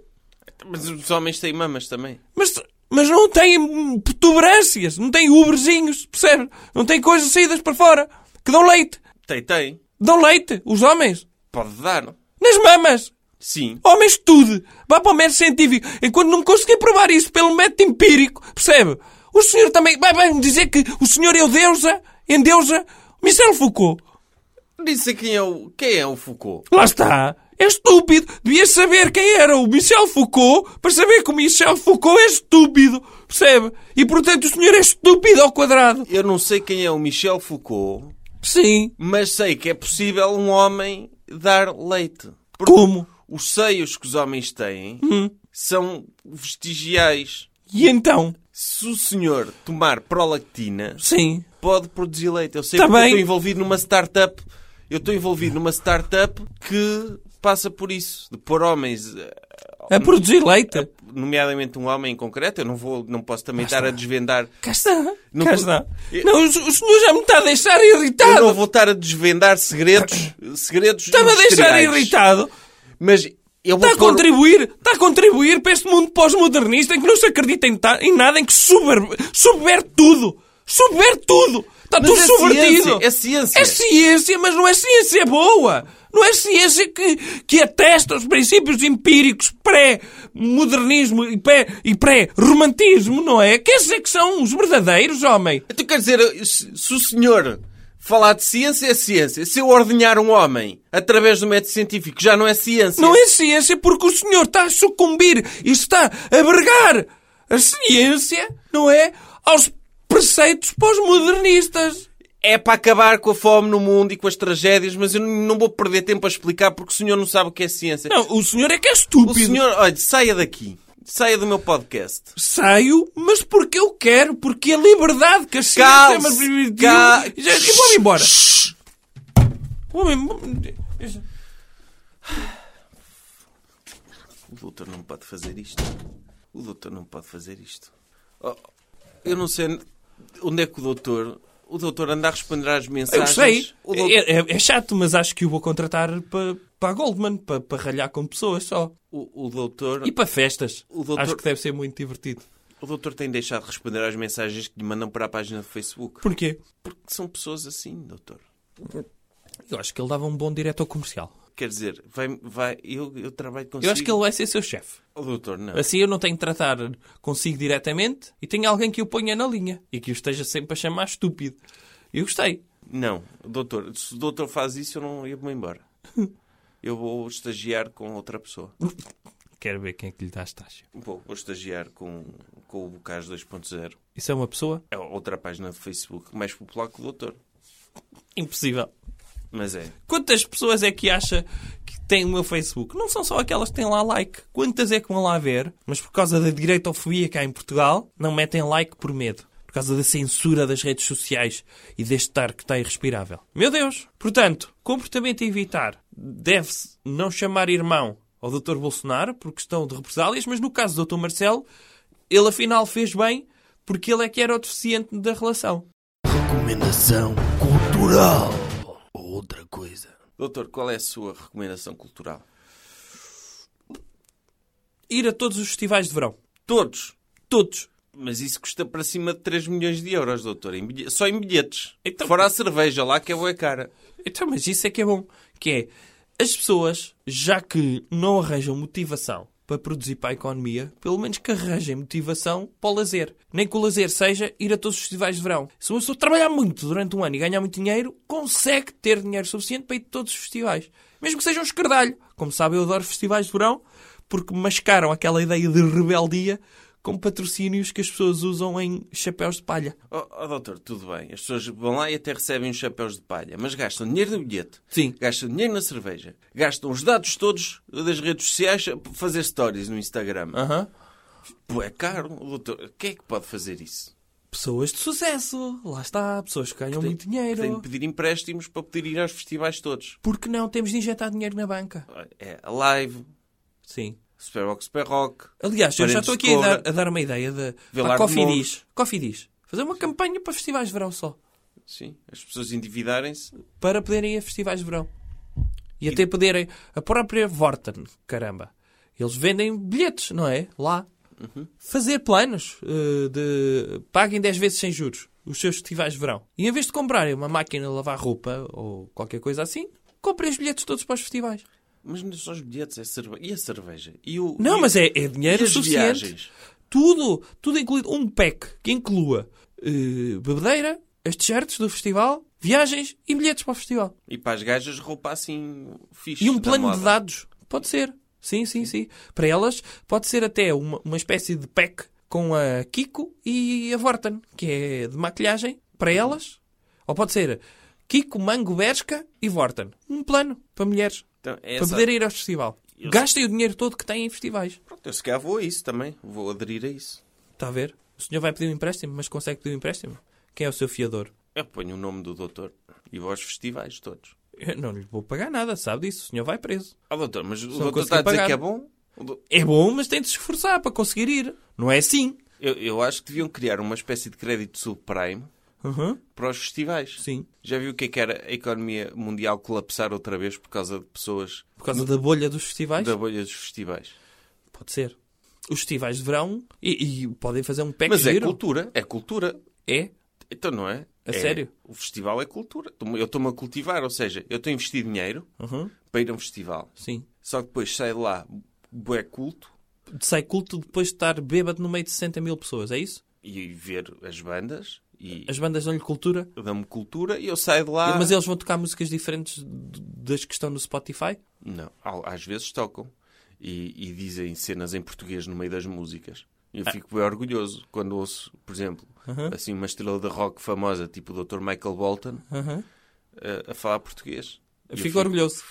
B: Mas os homens têm mamas também.
C: Mas mas não tem hum, protuberâncias, não tem uberzinhos, percebes? Não tem coisas saídas para fora que dão leite.
B: Tem, tem.
C: Dão leite, os homens.
B: Pode dar.
C: Nas mamas.
B: Sim.
C: Homens de tudo. Vá para o método científico. Enquanto não conseguir provar isso pelo método empírico, percebe? O senhor também vai- vai-me dizer que o senhor é o deusa, endeusa, Michel Foucault.
B: Disse quem é o, quem é o Foucault.
C: Lá está. É estúpido. Devias saber quem era o Michel Foucault para saber que o Michel Foucault é estúpido. Percebe? E portanto o senhor é estúpido ao quadrado.
B: Eu não sei quem é o Michel Foucault,
C: Sim.
B: mas sei que é possível um homem dar leite. Porque
C: Como?
B: os seios que os homens têm
C: Hum.
B: são vestigiais.
C: E então?
B: Se o senhor tomar prolactina,
C: Sim.
B: pode produzir leite. Eu sei
C: Tá
B: porque eu
C: bem.
B: estou envolvido numa startup. Eu estou envolvido numa startup que passa por isso. De pôr homens, eh,
C: A produzir leite.
B: nomeadamente um homem em concreto, eu não, vou, não posso também estar a desvendar.
C: Cá está.
B: Não
C: Cá
B: po-
C: está.
B: Eu-
C: Não, o, o senhor já me está a deixar
B: Eu
C: irritado.
B: não vou estar a desvendar segredos. segredos
C: Está-me Tá, a deixar Tá
B: industriais.
C: irritado.
B: Mas eu vou
C: Está a
B: pôr-
C: contribuir, está a contribuir para este mundo pós-modernista em que não se acredita em, ta- em nada, em que super, subverte tudo. Subverte tudo. Está
B: Mas
C: tudo
B: é
C: subvertido.
B: ciência, é ciência.
C: É ciência, mas não é ciência boa. Não é ciência que, que atesta os princípios empíricos pré-modernismo e pré- e pré-romantismo, não é? Que esses é que são os verdadeiros, homem.
B: Então quer dizer, se se o senhor falar de ciência, é ciência. Se eu ordenhar um homem através do método científico, já não é ciência.
C: Não é ciência porque o senhor está a sucumbir e está a vergar a ciência, não é? Aos preceitos pós-modernistas.
B: É para acabar com a fome no mundo e com as tragédias, mas eu não vou perder tempo a explicar porque o senhor não sabe o que é ciência.
C: Não, o senhor é que é
B: o
C: estúpido.
B: senhor, olha, saia daqui. Saia do meu podcast.
C: Saio, mas porque eu quero, porque a liberdade que a ciência
B: Calce,
C: me permitiu...
B: cal-
C: E já- é- E vou-me embora. Vou-me...
B: O doutor não pode fazer isto. O doutor não pode fazer isto. Oh, eu não sei onde é que o doutor. O doutor anda a responder às
C: Eu
B: mensagens.
C: sei.
B: O doutor,
C: É, é- é chato, mas acho que o vou contratar para, para a Goldman, para, para ralhar com pessoas só.
B: o- o doutor-
C: E para festas.
B: O doutor-
C: Acho que deve ser muito divertido.
B: o doutor tem deixado de responder às mensagens que lhe mandam para a página do Facebook.
C: Porquê?
B: Porque são pessoas assim, doutor.
C: Eu acho que ele dava um bom diretor comercial.
B: Quer dizer, vai, vai, eu, eu trabalho consigo.
C: Eu acho que ele vai ser seu chefe.
B: O doutor, não.
C: Assim eu não tenho de tratar consigo diretamente e tenho alguém que o ponha na linha e que o esteja sempre a chamar estúpido. Eu gostei.
B: Não, doutor, se o doutor faz isso, eu não eu
C: [LAUGHS]
B: vou embora. Eu vou estagiar com outra pessoa. Um
C: Quero ver quem é que lhe dá a estágio.
B: Vou, vou estagiar com, com o Bocage 2.0.
C: Isso é uma pessoa?
B: É outra página do Facebook mais popular que o doutor.
C: Impossível.
B: Mas é.
C: Quantas pessoas é que acha que têm o meu Facebook? Não são só aquelas que têm lá like. Quantas é que vão lá ver? Mas por causa da direitofobia cá em Portugal, não metem like por medo. Por causa da censura das redes sociais e deste ar que está irrespirável. Meu Deus! Portanto, comportamento a evitar. Deve-se não chamar irmão ao Dr. Bolsonaro por questão de represálias, mas no caso do Dr. Marcelo, ele afinal fez bem porque ele é que era o deficiente da relação.
A: Recomendação cultural. Ou outra coisa.
B: Doutor, qual é a sua recomendação cultural?
C: Ir a todos os festivais de verão.
B: Todos.
C: Todos.
B: Mas isso custa para cima de 3 milhões de euros, doutor. em bilhe- Só em bilhetes.
C: Então-
B: Fora a cerveja lá, que é boa cara.
C: Então, mas isso é que é bom. Que é, as pessoas, já que não arranjam motivação para produzir para a economia, pelo menos que arranjem motivação para o lazer. Nem que o lazer seja ir a todos os festivais de verão. Se uma pessoa trabalhar muito durante um ano e ganhar muito dinheiro, consegue ter dinheiro suficiente para ir a todos os festivais. Mesmo que seja um escardalho. Como sabem, eu adoro festivais de verão porque mascaram aquela ideia de rebeldia com patrocínios que as pessoas usam em chapéus de palha.
B: Oh, oh, doutor, tudo bem. As pessoas vão lá e até recebem uns chapéus de palha, mas gastam dinheiro no bilhete.
C: Sim.
B: Gastam dinheiro na cerveja. Gastam os dados todos das redes sociais a fazer stories no Instagram.
C: Aham.
B: Pô, é caro, doutor. Quem é que pode fazer isso?
C: Pessoas de sucesso, lá está, pessoas que ganham muito dinheiro.
B: Tem de pedir empréstimos para poder ir aos festivais todos.
C: Porque não temos de injetar dinheiro na banca?
B: Olha, É a Live,
C: Sim.
B: Superrock, Superrock.
C: Aliás, eu já estou aqui a
B: Parentes
C: dar, a dar uma ideia de
B: Velar
C: pá,
B: de
C: Cofidis. Cofidis. Fazer uma campanha para festivais de verão só.
B: Sim, as pessoas endividarem-se.
C: Para poderem ir a festivais de verão. E, até poderem. A própria Vorten, caramba. Eles vendem bilhetes, não é? Lá.
B: Uhum.
C: fazer planos eh, de paguem 10 vezes sem juros os seus festivais de verão. E em vez de comprarem uma máquina de lavar roupa ou qualquer coisa assim, comprem os bilhetes todos para os festivais.
B: Mas não são os bilhetes, é cerve... e a cerveja? E o...
C: Não,
B: e-
C: mas é, é
B: e
C: dinheiro
B: as
C: suficiente.
B: viagens?
C: Tudo, tudo incluído. Um pack que inclua eh, bebedeira, as t-shirts do festival, viagens e bilhetes para o festival.
B: E para as gajas, roupa assim fixe.
C: E um
B: da
C: plano de
B: moda.
C: dados. Pode ser. Sim, sim, sim. Para elas, pode ser até uma, uma espécie de pack com a Kiko e a Vorten, que é de maquilhagem,
B: Uhum.
C: para elas. Ou pode ser Kiko, Mango, Bershka e Vorten. Um plano para mulheres,
B: Então, é
C: para
B: essa-
C: poderem ir ao festival.
B: Eu-
C: Gastem o dinheiro todo que têm em festivais.
B: Pronto, eu se calhar vou a isso também. Vou aderir a isso.
C: Está a ver? O senhor vai pedir um empréstimo, mas consegue pedir um empréstimo? Quem é o seu fiador?
B: Eu ponho o nome do doutor e vou aos festivais todos.
C: Eu não lhe vou pagar nada, sabe disso? O senhor vai preso.
B: Ah, doutor, mas o
C: não
B: doutor
C: consegui
B: está a dizer
C: pagar.
B: que é bom? O do-
C: É bom, mas tem de se esforçar para conseguir ir. Não é assim.
B: Eu, eu acho que deviam criar uma espécie de crédito subprime
C: Uhum.
B: para os festivais.
C: Sim.
B: Já viu o que é que era a economia mundial colapsar outra vez por causa de pessoas
C: Por causa da bolha dos festivais?
B: da bolha dos festivais?
C: Pode ser. Os festivais de verão e, e podem fazer um pack
B: Mas é
C: giro.
B: cultura, é cultura.
C: É?
B: Então não é?
C: A
B: É-
C: sério?
B: O festival é cultura. Eu estou-me a cultivar, ou seja, eu estou a investir dinheiro
C: Uhum.
B: para ir a um festival.
C: Sim.
B: Só que depois sai de lá bué culto
C: Sai culto depois de estar bêbado no meio de 60 mil pessoas, é isso?
B: e ver as bandas e
C: As bandas dão-lhe cultura,
B: dão-me cultura e eu saio de lá...
C: mas eles vão tocar músicas diferentes d- das que estão no Spotify?
B: Não, Há- às vezes tocam e, e dizem cenas em português no meio das músicas. Eu
C: Ah.
B: fico bem orgulhoso quando ouço, por exemplo, assim uma estrela de rock famosa, tipo o Dr. Michael Bolton, eh,
C: Uhum.
B: a, a falar português. E eu
C: Fico orgulhoso.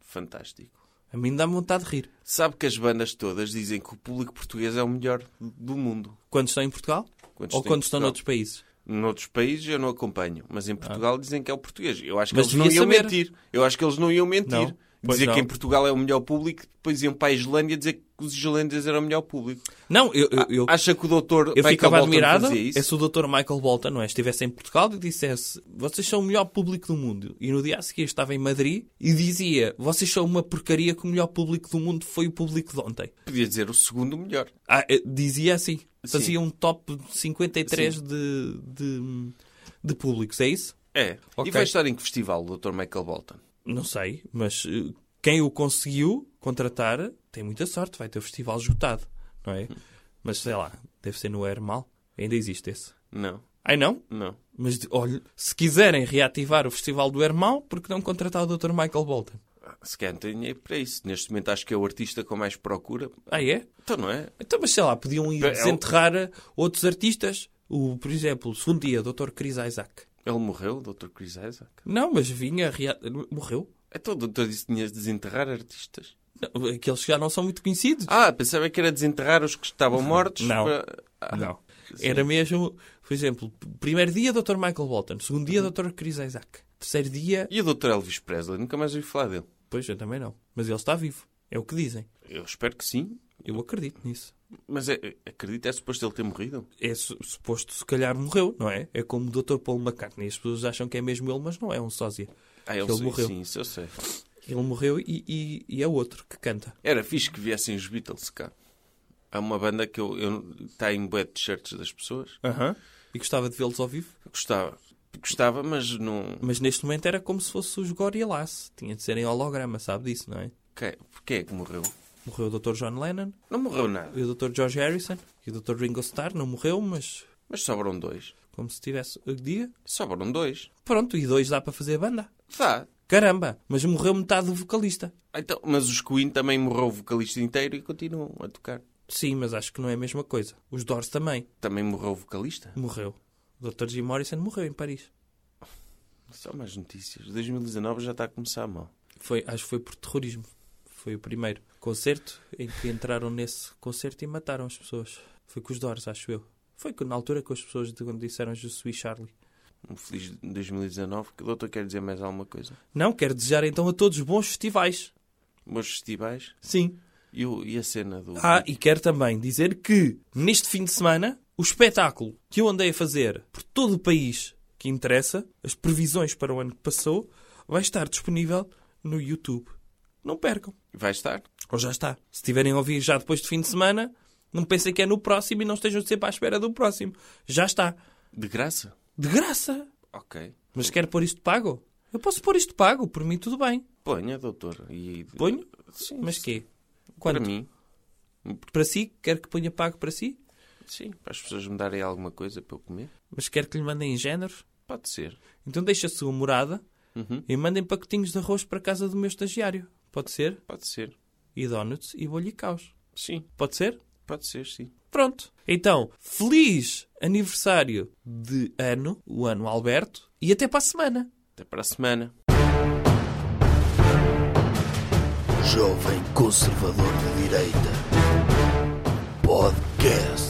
B: Fantástico.
C: A mim dá-me vontade de rir.
B: Sabe que as bandas todas dizem que o público português é o melhor do mundo.
C: Quando estão em Portugal?
B: Quando
C: Ou
B: estou em
C: quando estão
B: Portugal.
C: noutros países?
B: Noutros países eu não acompanho, mas em Portugal dizem que é o português. Eu acho que
C: Ah. Mas
B: eles não
C: devia
B: iam
C: saber.
B: mentir. Eu acho que eles não iam mentir.
C: Não, pois
B: dizer
C: não.
B: que em Portugal é o melhor público, depois iam para a Islândia dizer que os islandeses eram o melhor público.
C: Não, eu, eu, eu,
B: Acha que o doutor
C: eu
B: Michael
C: ficava
B: Bolton
C: admirado
B: fazia isso?
C: é se o Dr. Michael Bolton não é, estivesse em Portugal e dissesse vocês são o melhor público do mundo. E no dia a seguir estava em Madrid e dizia vocês são uma porcaria que o melhor público do mundo foi o público de ontem.
B: Podia dizer o segundo melhor.
C: Ah, eh, dizia assim. Fazia um top 53
B: Sim.
C: de, de, de públicos, é isso?
B: É.
C: Ok.
B: E vai estar em que festival o doutor Michael Bolton?
C: Não sei, mas eh, quem o conseguiu contratar tem muita sorte, vai ter o festival esgotado, não é?
B: Hum.
C: Mas sei lá, deve ser no Hermal. Ainda existe esse.
B: Não,
C: Ai não?
B: não.
C: Mas de- olha, se quiserem reativar o Festival do Hermal, por que não contratar o Dr. Michael Bolton?
B: Ah, Se calhar não tem dinheiro para isso. Neste momento acho que é o artista com mais procura.
C: Ah, é?
B: Então não é?
C: Então, mas sei lá, podiam ir
B: Bem, é o-
C: desenterrar eh, outros artistas. O, por exemplo, o segundo dia, Dr. Chris Isaac.
B: Ele morreu, o doutor Chris Isaac.
C: Não, mas vinha. rea- Morreu?
B: Então o doutor disse que tinha de desenterrar artistas.
C: Não, aqueles que já não são muito conhecidos.
B: Ah, pensava que era desenterrar os que estavam mortos.
C: Não.
B: para- Ah,
C: não. Era mesmo, por exemplo, primeiro dia, Dr. Michael Bolton. Segundo dia, Dr. Chris Isaac. Terceiro dia.
B: E o Dr. Elvis Presley? Nunca mais ouvi falar dele.
C: Pois, eu também não. Mas ele está vivo. É o que dizem.
B: Eu espero que sim.
C: Eu acredito nisso.
B: Mas é, acredito, é suposto ele ter morrido.
C: é su- suposto se calhar morreu, não é? É como o Dr. Paul McCartney. As pessoas acham que é mesmo ele, mas não é um sósia.
B: Ah,
C: Ele morreu.
B: Sim, isso eu sei.
C: Ele morreu e, e- e é outro que canta.
B: Era fixe que viessem os Beatles cá. Há uma banda que eu, eu está em bué de t-shirts das pessoas.
C: E gostava de vê-los ao vivo.
B: Gostava. Gostava, mas não...
C: Mas neste momento era como se fosse os Gorillaz. Tinha de ser em holograma, sabe disso, não é?
B: Quem, quem é que morreu?
C: Morreu o Dr. John Lennon
B: Não morreu nada.
C: e o Dr. George Harrison. E o Dr. Ringo Starr não morreu, mas
B: Mas sobram dois.
C: como se tivesse o dia.
B: Sobram dois.
C: Pronto, e dois dá para fazer banda.
B: Dá.
C: Caramba, mas morreu metade do vocalista.
B: Então, mas os Queen também morreu o vocalista inteiro e continuam a tocar.
C: Sim, mas acho que não é a mesma coisa. Os Doors também.
B: Também morreu o vocalista?
C: Morreu. O Dr. Jim Morrison morreu em Paris.
B: Só mais notícias. 2019 já está a começar mal.
C: Foi, acho que foi por terrorismo. Foi o primeiro concerto em que entraram nesse concerto e mataram as pessoas. Foi com os Doors, acho eu. Foi que, na altura que as pessoas de- quando disseram Je suis Charlie.
B: Um feliz 2019. Que o doutor quer dizer mais alguma coisa?
C: Não, quero desejar então a todos bons festivais.
B: Meus festivais
C: Sim.
B: e, o- e a cena do.
C: Ah, e quero também dizer que neste fim de semana o espetáculo que eu andei a fazer por todo o país que interessa, as previsões para o ano que passou, vai estar disponível no YouTube. Não percam.
B: Vai estar?
C: Ou já está. Se tiverem a ouvir já depois do fim de semana, Não pensem que é no próximo e não estejam sempre à espera do próximo. Já está.
B: De graça?
C: De graça.
B: Ok.
C: Mas quer pôr isto pago? Eu posso pôr isto pago. Por mim, tudo bem.
B: Ponha, doutor. E...
C: Ponho?
B: Sim.
C: Mas quê?
B: Para
C: Quanto? Para,
B: mim.
C: si? Quer que ponha pago para si?
B: Sim. Para as pessoas me darem alguma coisa para eu comer.
C: Mas quer que lhe mandem em géneros?
B: Pode ser.
C: Então deixa a sua morada
B: Uhum.
C: e mandem pacotinhos de arroz para a casa do meu estagiário. Pode ser?
B: Pode ser.
C: E donuts e bolho e caos.
B: Sim.
C: Pode ser?
B: Pode ser, sim.
C: Pronto. Então, feliz aniversário de ano, o ano Alberto, e até para a semana.
B: Até para a semana.
A: Jovem Conservador de Direita. Podcast.